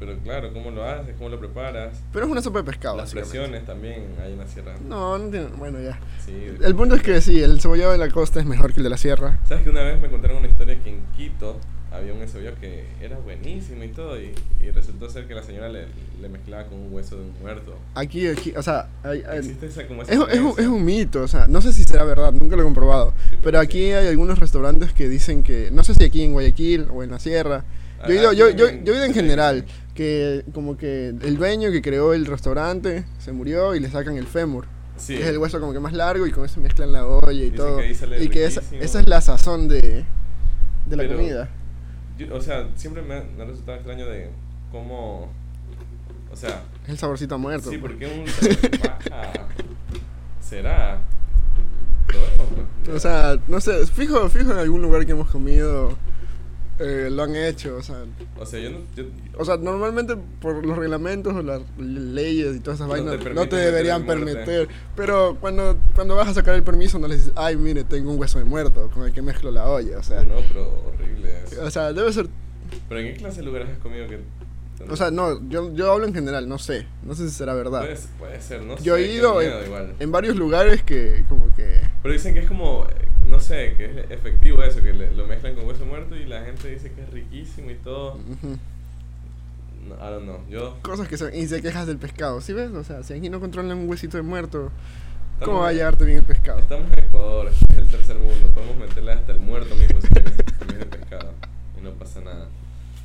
Speaker 1: Pero claro, ¿cómo lo haces? ¿Cómo lo preparas?
Speaker 2: Pero es una sopa de pescado.
Speaker 1: Las
Speaker 2: Ah, básicamente.
Speaker 1: presiones también hay en la sierra.
Speaker 2: No, no tiene. Bueno, ya.
Speaker 1: Sí,
Speaker 2: El punto es que sí, el cebollado de la costa es mejor que el de la sierra.
Speaker 1: ¿Sabes que una vez me contaron una historia que en Quito había un encebollado que era buenísimo y todo, y, y resultó ser que la señora le, le mezclaba con un hueso de un muerto.
Speaker 2: Aquí, aquí, o sea, hay- hay-
Speaker 1: Existe esa como esa
Speaker 2: es, es un,
Speaker 1: creencia.
Speaker 2: es un mito, o sea, no sé si será verdad, nunca lo he comprobado.
Speaker 1: Sí,
Speaker 2: Pero aquí hay algunos restaurantes que dicen que, no sé si aquí en Guayaquil o en la sierra,
Speaker 1: Ah,
Speaker 2: yo he ido,
Speaker 1: aquí
Speaker 2: yo, yo,
Speaker 1: también <laughs>
Speaker 2: yo he ido en
Speaker 1: se le
Speaker 2: general,
Speaker 1: dice.
Speaker 2: que como que el dueño que creó el restaurante se murió y le sacan el fémur.
Speaker 1: Sí.
Speaker 2: que es el hueso como que más largo y con eso mezclan la olla y
Speaker 1: Dicen
Speaker 2: todo.
Speaker 1: que ahí sale
Speaker 2: y que esa,
Speaker 1: riquísimo.
Speaker 2: esa es la sazón de, de la
Speaker 1: Pero-
Speaker 2: comida.
Speaker 1: Yo- o sea, siempre me ha, me ha resultado extraño de cómo. O sea,
Speaker 2: Es el saborcito a muerto. pues.
Speaker 1: sí, porque un. Ah, ¿Será? Lo vemos, pues.
Speaker 2: <laughs> O sea, no sé, fijo, fijo en algún lugar que hemos comido, eh, lo han hecho, o sea,
Speaker 1: O sea, yo no. yo-
Speaker 2: o sea, normalmente por los reglamentos o las leyes y todas esas
Speaker 1: No te
Speaker 2: vainas no
Speaker 1: permiten
Speaker 2: te
Speaker 1: meter
Speaker 2: deberían
Speaker 1: el muerte.
Speaker 2: permitir, pero cuando, cuando vas a sacar el permiso no les dices, ay, mire, tengo un hueso de muerto con el que mezclo la olla, o sea,
Speaker 1: no, pero horrible. es.
Speaker 2: o sea, debe ser,
Speaker 1: Pero ¿en qué clase de lugares has comido que.?
Speaker 2: o sea, no, yo, yo hablo en general, no sé, no sé si será verdad.
Speaker 1: Puede, puede ser, no
Speaker 2: Yo
Speaker 1: sé.
Speaker 2: he
Speaker 1: qué
Speaker 2: ido
Speaker 1: miedo
Speaker 2: en,
Speaker 1: igual.
Speaker 2: en varios lugares que como que...
Speaker 1: Pero dicen que es como, eh, no sé, que es efectivo eso, que le- lo mezclan con hueso muerto y la gente dice que es riquísimo y todo.
Speaker 2: ujú,
Speaker 1: No, I don't know, yo...
Speaker 2: Cosas que son... Y se quejas del pescado, ¿sí ves? O sea, si aquí no controlan un huesito de muerto, ¿cómo
Speaker 1: estamos-
Speaker 2: va a llegarte bien el pescado?
Speaker 1: Estamos en Ecuador, <laughs> es el tercer mundo, podemos meterle hasta el muerto mismo si quieres, <laughs> en vez de pescado, y no pasa
Speaker 2: <laughs>
Speaker 1: nada.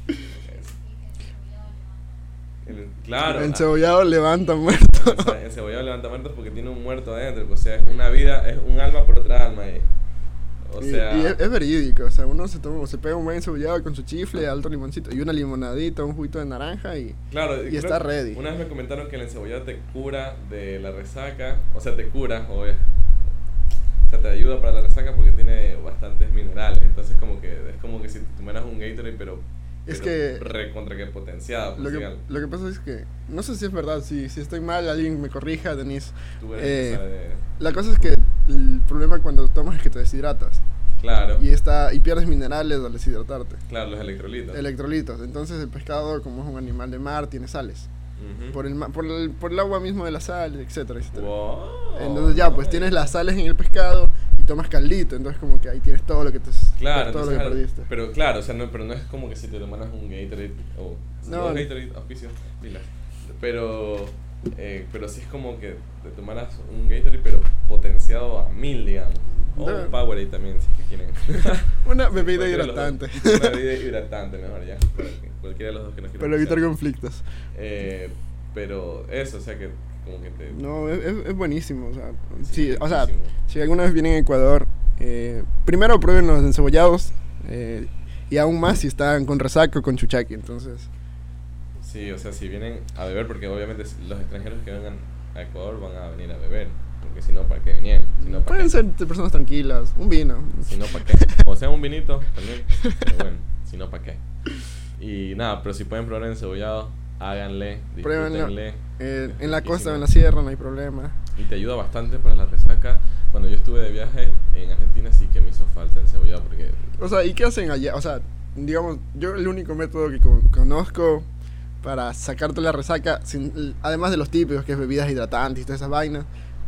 Speaker 1: Es- el- claro,
Speaker 2: el
Speaker 1: ah,
Speaker 2: encebollado levanta muerto.
Speaker 1: o sea, el cebollado levanta muertos porque tiene un muerto adentro, pues, o sea, es una vida, es un alma por otra alma ahí. O
Speaker 2: Y-
Speaker 1: sea...
Speaker 2: y, es, es verídico, o sea, uno se, toma, se pega un buen encebollado con su chifle, alto limoncito, y una limonadita, un juguito de naranja y...
Speaker 1: Claro,
Speaker 2: Y
Speaker 1: creo
Speaker 2: está
Speaker 1: que
Speaker 2: ready.
Speaker 1: Una vez me comentaron que el encebollado te cura de la resaca, o sea, te cura, obvio. O sea, te ayuda para la resaca porque tiene bastantes minerales, entonces como que es como que si te tomaras un Gatorade, pero
Speaker 2: Es que-
Speaker 1: recontra que potenciado, pues,
Speaker 2: Lo que, lo que pasa es que, no sé si es verdad, si, si estoy mal, alguien me corrija, Denise. eh, La cosa es que el problema cuando tomas es que te deshidratas.
Speaker 1: claro,
Speaker 2: Y, está, y pierdes minerales al deshidratarte.
Speaker 1: claro, los electrolitos.
Speaker 2: Electrolitos. Entonces el pescado, como es un animal de mar, tiene sales.
Speaker 1: Ujú.
Speaker 2: Por el, ma- por el, por el agua mismo de la sal, etcétera, etcétera.
Speaker 1: Wow,
Speaker 2: Entonces ya, pues
Speaker 1: nice.
Speaker 2: tienes las sales en el pescado y tomas caldito. Entonces como que ahí tienes todo lo que te
Speaker 1: Claro,
Speaker 2: todo lo que
Speaker 1: entonces,
Speaker 2: perdiste.
Speaker 1: pero claro, o sea, no, pero no es como que si te tomaras un Gatorade o
Speaker 2: No,
Speaker 1: no,
Speaker 2: no.
Speaker 1: Gatorade auspicio, pilas. Pero eh, pero sí es como que te tomaras un Gatorade pero potenciado a mil, digamos. O
Speaker 2: No.
Speaker 1: un Powerade también si es que quieren.
Speaker 2: <laughs> Una
Speaker 1: Cualquiera
Speaker 2: bebida
Speaker 1: de los dos.
Speaker 2: hidratante.
Speaker 1: <laughs> Una bebida hidratante mejor ya. para que Cualquiera de los dos que nos quieran.
Speaker 2: Para evitar
Speaker 1: escuchar.
Speaker 2: conflictos.
Speaker 1: Eh, pero eso, o sea que como que te
Speaker 2: No, es, es- es buenísimo. O sea,
Speaker 1: Sí,
Speaker 2: sí, o sea,
Speaker 1: buenísimo.
Speaker 2: si alguna vez vienen a Ecuador, eh, primero prueben los encebollados eh, y aún más si están con resaca o con chuchaqui. Entonces,
Speaker 1: Sí, o sea, si vienen a beber, porque obviamente s- los extranjeros que vengan a Ecuador van a venir a beber, porque si no, ¿para qué venían? Si no, ¿para
Speaker 2: pueden
Speaker 1: qué?
Speaker 2: ser de personas tranquilas, un vino.
Speaker 1: Si no, ¿para qué? O sea, un vinito
Speaker 2: <laughs>
Speaker 1: también, pero bueno, si no, ¿para qué? Y nada, pero si pueden probar el encebollado, háganle,
Speaker 2: Pruébenlo.
Speaker 1: disfrútenle.
Speaker 2: Eh,
Speaker 1: Es
Speaker 2: en la costa,
Speaker 1: riquísimo.
Speaker 2: en la sierra, no hay problema.
Speaker 1: Y te ayuda bastante para la resaca. Cuando yo estuve de viaje en Argentina, sí que me hizo falta el encebollado, porque...
Speaker 2: O sea, ¿y qué hacen allá? O sea, digamos, yo el único método que con- conozco para sacarte la resaca, sin- además de los típicos, que es bebidas hidratantes y todas esas vainas,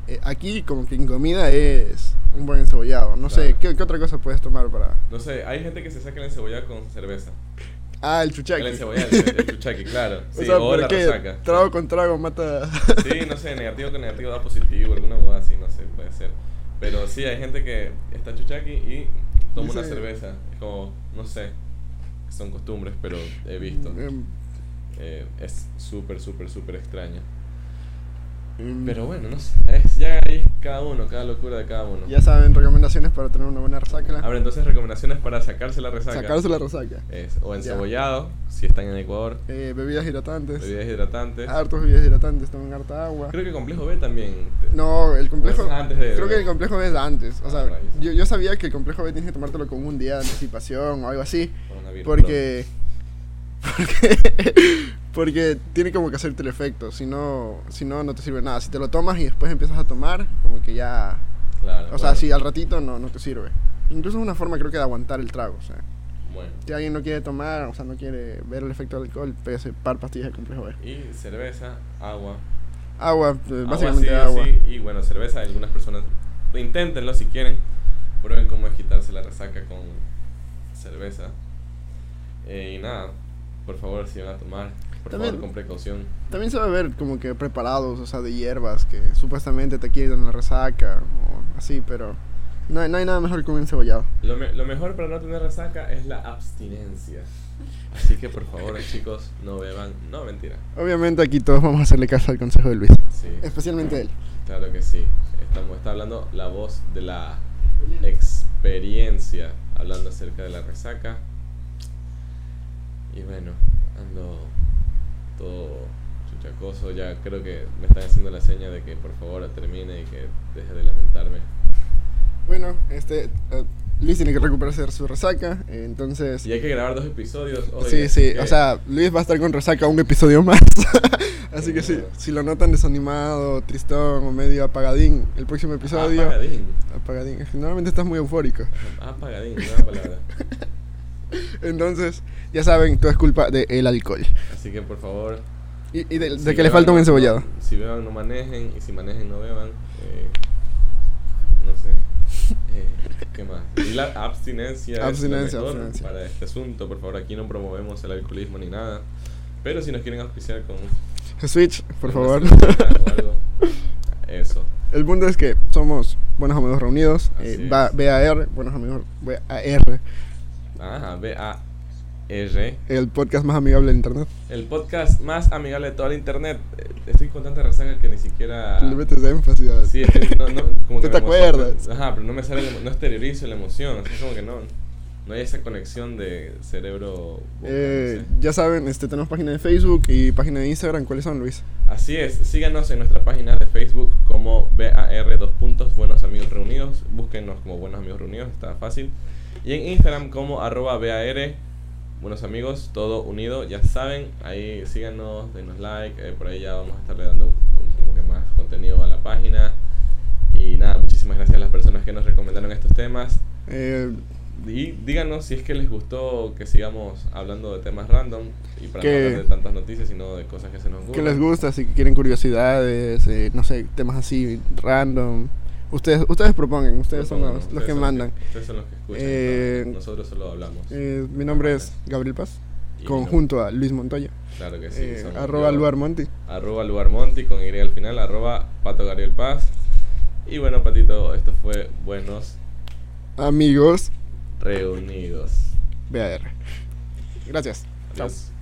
Speaker 2: eh, aquí como que en comida es un buen encebollado. No sé,
Speaker 1: Claro.
Speaker 2: ¿qué, qué otra cosa puedes tomar para...?
Speaker 1: No sé, hay gente que se saca el encebollado con cerveza.
Speaker 2: Ah, el chuchaqui.
Speaker 1: El encebollado, el
Speaker 2: <laughs>
Speaker 1: el chuchaqui, claro. Sí,
Speaker 2: o sea,
Speaker 1: o la
Speaker 2: ¿por qué?
Speaker 1: resaca.
Speaker 2: Trago con trago mata...
Speaker 1: Sí, no sé, negativo con negativo da positivo, alguna cosa así, no sé, puede ser. Pero sí, hay gente que está chuchaqui y toma una
Speaker 2: Dice-
Speaker 1: cerveza. Es como, no sé, son costumbres, pero he visto.
Speaker 2: <laughs> Em,
Speaker 1: Eh, es súper, súper, súper extraño.
Speaker 2: em,
Speaker 1: Pero bueno, no sé, es, ya ahí es cada uno, cada locura de cada uno.
Speaker 2: Ya saben, recomendaciones para tener una buena resaca.
Speaker 1: A ver, entonces recomendaciones para sacarse la resaca.
Speaker 2: Sacarse la resaca.
Speaker 1: Es, o
Speaker 2: Ya.
Speaker 1: encebollado, si están en Ecuador,
Speaker 2: Eh, bebidas hidratantes.
Speaker 1: bebidas hidratantes.
Speaker 2: Hartos bebidas hidratantes, tomen harta agua.
Speaker 1: Creo que complejo B también. te-
Speaker 2: No, el complejo.
Speaker 1: O es antes de-
Speaker 2: creo que el complejo B es antes. O
Speaker 1: Ah,
Speaker 2: sea,
Speaker 1: rayos.
Speaker 2: yo, yo sabía que el complejo B tienes que tomártelo con un día de anticipación o algo así.
Speaker 1: coronavirus,
Speaker 2: Porque. <laughs> Porque. Porque tiene como que hacerte el efecto. Si no, si no, no te sirve nada. Si te lo tomas y después empiezas a tomar, como que ya.
Speaker 1: perdón. Claro,
Speaker 2: O sea,
Speaker 1: bueno,
Speaker 2: si al ratito no, no te sirve. Incluso es una forma, creo que, de aguantar el trago. O sea,
Speaker 1: Bueno.
Speaker 2: si alguien no quiere tomar, o sea, no quiere ver el efecto del alcohol, pese par pastillas de complejo B.
Speaker 1: Y cerveza, agua.
Speaker 2: Agua, eh,
Speaker 1: Agua
Speaker 2: básicamente
Speaker 1: sí o
Speaker 2: agua.
Speaker 1: sí, y bueno, cerveza, algunas personas inténtenlo si quieren. Prueben cómo es quitarse la resaca con cerveza. Eh, y nada, por favor, si van a tomar, por
Speaker 2: También-
Speaker 1: favor, con precaución.
Speaker 2: También se va a ver como que preparados, o sea, de hierbas que supuestamente te quitan la resaca o así, pero no, hay- no hay nada mejor que un encebollado.
Speaker 1: Lo, me- lo mejor para no tener resaca es la
Speaker 2: <laughs>
Speaker 1: abstinencia. Así que, por favor, chicos, no beban. No, mentira.
Speaker 2: Obviamente aquí todos vamos a hacerle caso al consejo de Luis,
Speaker 1: Sí,
Speaker 2: especialmente él.
Speaker 1: claro que sí. Estamos, está hablando la voz de la experiencia, hablando acerca de la resaca. Y bueno, ando todo chuchacoso. Ya creo que me están haciendo la seña de que por favor termine y que deje de lamentarme.
Speaker 2: Bueno, este eh, Luis tiene que recuperarse de su resaca, eh, entonces
Speaker 1: Y hay que grabar dos episodios. hoy,
Speaker 2: Sí,
Speaker 1: así
Speaker 2: sí,
Speaker 1: que-
Speaker 2: o sea, Luis va a estar con resaca un episodio más. <laughs> Así que sí,
Speaker 1: Claro.
Speaker 2: si lo notan desanimado, tristón o medio apagadín, el próximo episodio.
Speaker 1: Apagadín.
Speaker 2: Apagadín. Normalmente estás muy eufórico.
Speaker 1: Apagadín, nueva palabra.
Speaker 2: Entonces, ya saben, todo es culpa del alcohol.
Speaker 1: Así que por favor.
Speaker 2: Y, y de, de
Speaker 1: si
Speaker 2: que le
Speaker 1: beban,
Speaker 2: falta un
Speaker 1: no-
Speaker 2: encebollado.
Speaker 1: si beban, no manejen. Y si manejen, no beban. eh, no sé. Eh, ¿Qué más? Y la abstinencia. es lo
Speaker 2: Abstinencia,
Speaker 1: mejor
Speaker 2: abstinencia.
Speaker 1: Para este asunto, por favor, aquí no promovemos el alcoholismo ni nada. Pero si nos quieren auspiciar con.
Speaker 2: Switch, por
Speaker 1: con
Speaker 2: favor.
Speaker 1: una cerveza o algo, Eso.
Speaker 2: <laughs> El punto es que somos buenos amigos reunidos. eh,
Speaker 1: Así
Speaker 2: va-
Speaker 1: es.
Speaker 2: VAR, buenos amigos VAR,
Speaker 1: Ajá, B-A-R.
Speaker 2: el podcast más amigable del internet.
Speaker 1: E, El podcast más amigable de toda la internet. Eh, Estoy con tanta resaca que ni siquiera.
Speaker 2: Le metes énfasis a-
Speaker 1: Ah. Sí, es que no,
Speaker 2: <laughs>
Speaker 1: no, como que
Speaker 2: ¿Tú te
Speaker 1: me Ah, emociona.
Speaker 2: acuerdas?
Speaker 1: Ajá, pero no me sale, la emo- no exteriorizo la emoción, o sea, es como que no, no hay esa conexión de cerebro. boca, no
Speaker 2: Eh,
Speaker 1: sé.
Speaker 2: ya saben, este, tenemos página de Facebook y página de Instagram. ¿Cuáles son, Luis?
Speaker 1: Así es, síganos en nuestra página de Facebook como BAR dos puntos Buenos Amigos Reunidos, búsquenos como Buenos Amigos Reunidos, está fácil. Y en Instagram como arroba BAR Buenos Amigos, todo unido, ya saben, ahí síganos, denos like, eh, por ahí ya vamos a estarle dando como- como que más contenido a la página. Y nada, muchísimas gracias a las personas que nos recomendaron estos temas.
Speaker 2: Eh,
Speaker 1: Y díganos si es que les gustó que sigamos hablando de temas random y para
Speaker 2: Que-
Speaker 1: no hablar de tantas noticias, sino de cosas que se nos
Speaker 2: ¿Qué
Speaker 1: gustan.
Speaker 2: les gusta? Si quieren curiosidades, eh, no sé, temas así, random. Ustedes, ustedes propongan, ustedes son los,
Speaker 1: Propongan,
Speaker 2: los
Speaker 1: ustedes
Speaker 2: que
Speaker 1: son
Speaker 2: mandan.
Speaker 1: ustedes son los que escuchan.
Speaker 2: Eh,
Speaker 1: entonces, nosotros solo hablamos.
Speaker 2: Eh, mi nombre es Gabriel Paz,
Speaker 1: Y
Speaker 2: conjunto a Luis Montoya,
Speaker 1: no- claro que sí.
Speaker 2: eh,
Speaker 1: somos
Speaker 2: arroba
Speaker 1: yo,
Speaker 2: Luar Monti.
Speaker 1: Arroba Lugar Monti con Y al final, arroba Pato Gabriel Paz. Y bueno, Patito, esto fue Buenos
Speaker 2: Amigos,
Speaker 1: Reunidos.
Speaker 2: BAR. Gracias. Chao.
Speaker 1: Adiós.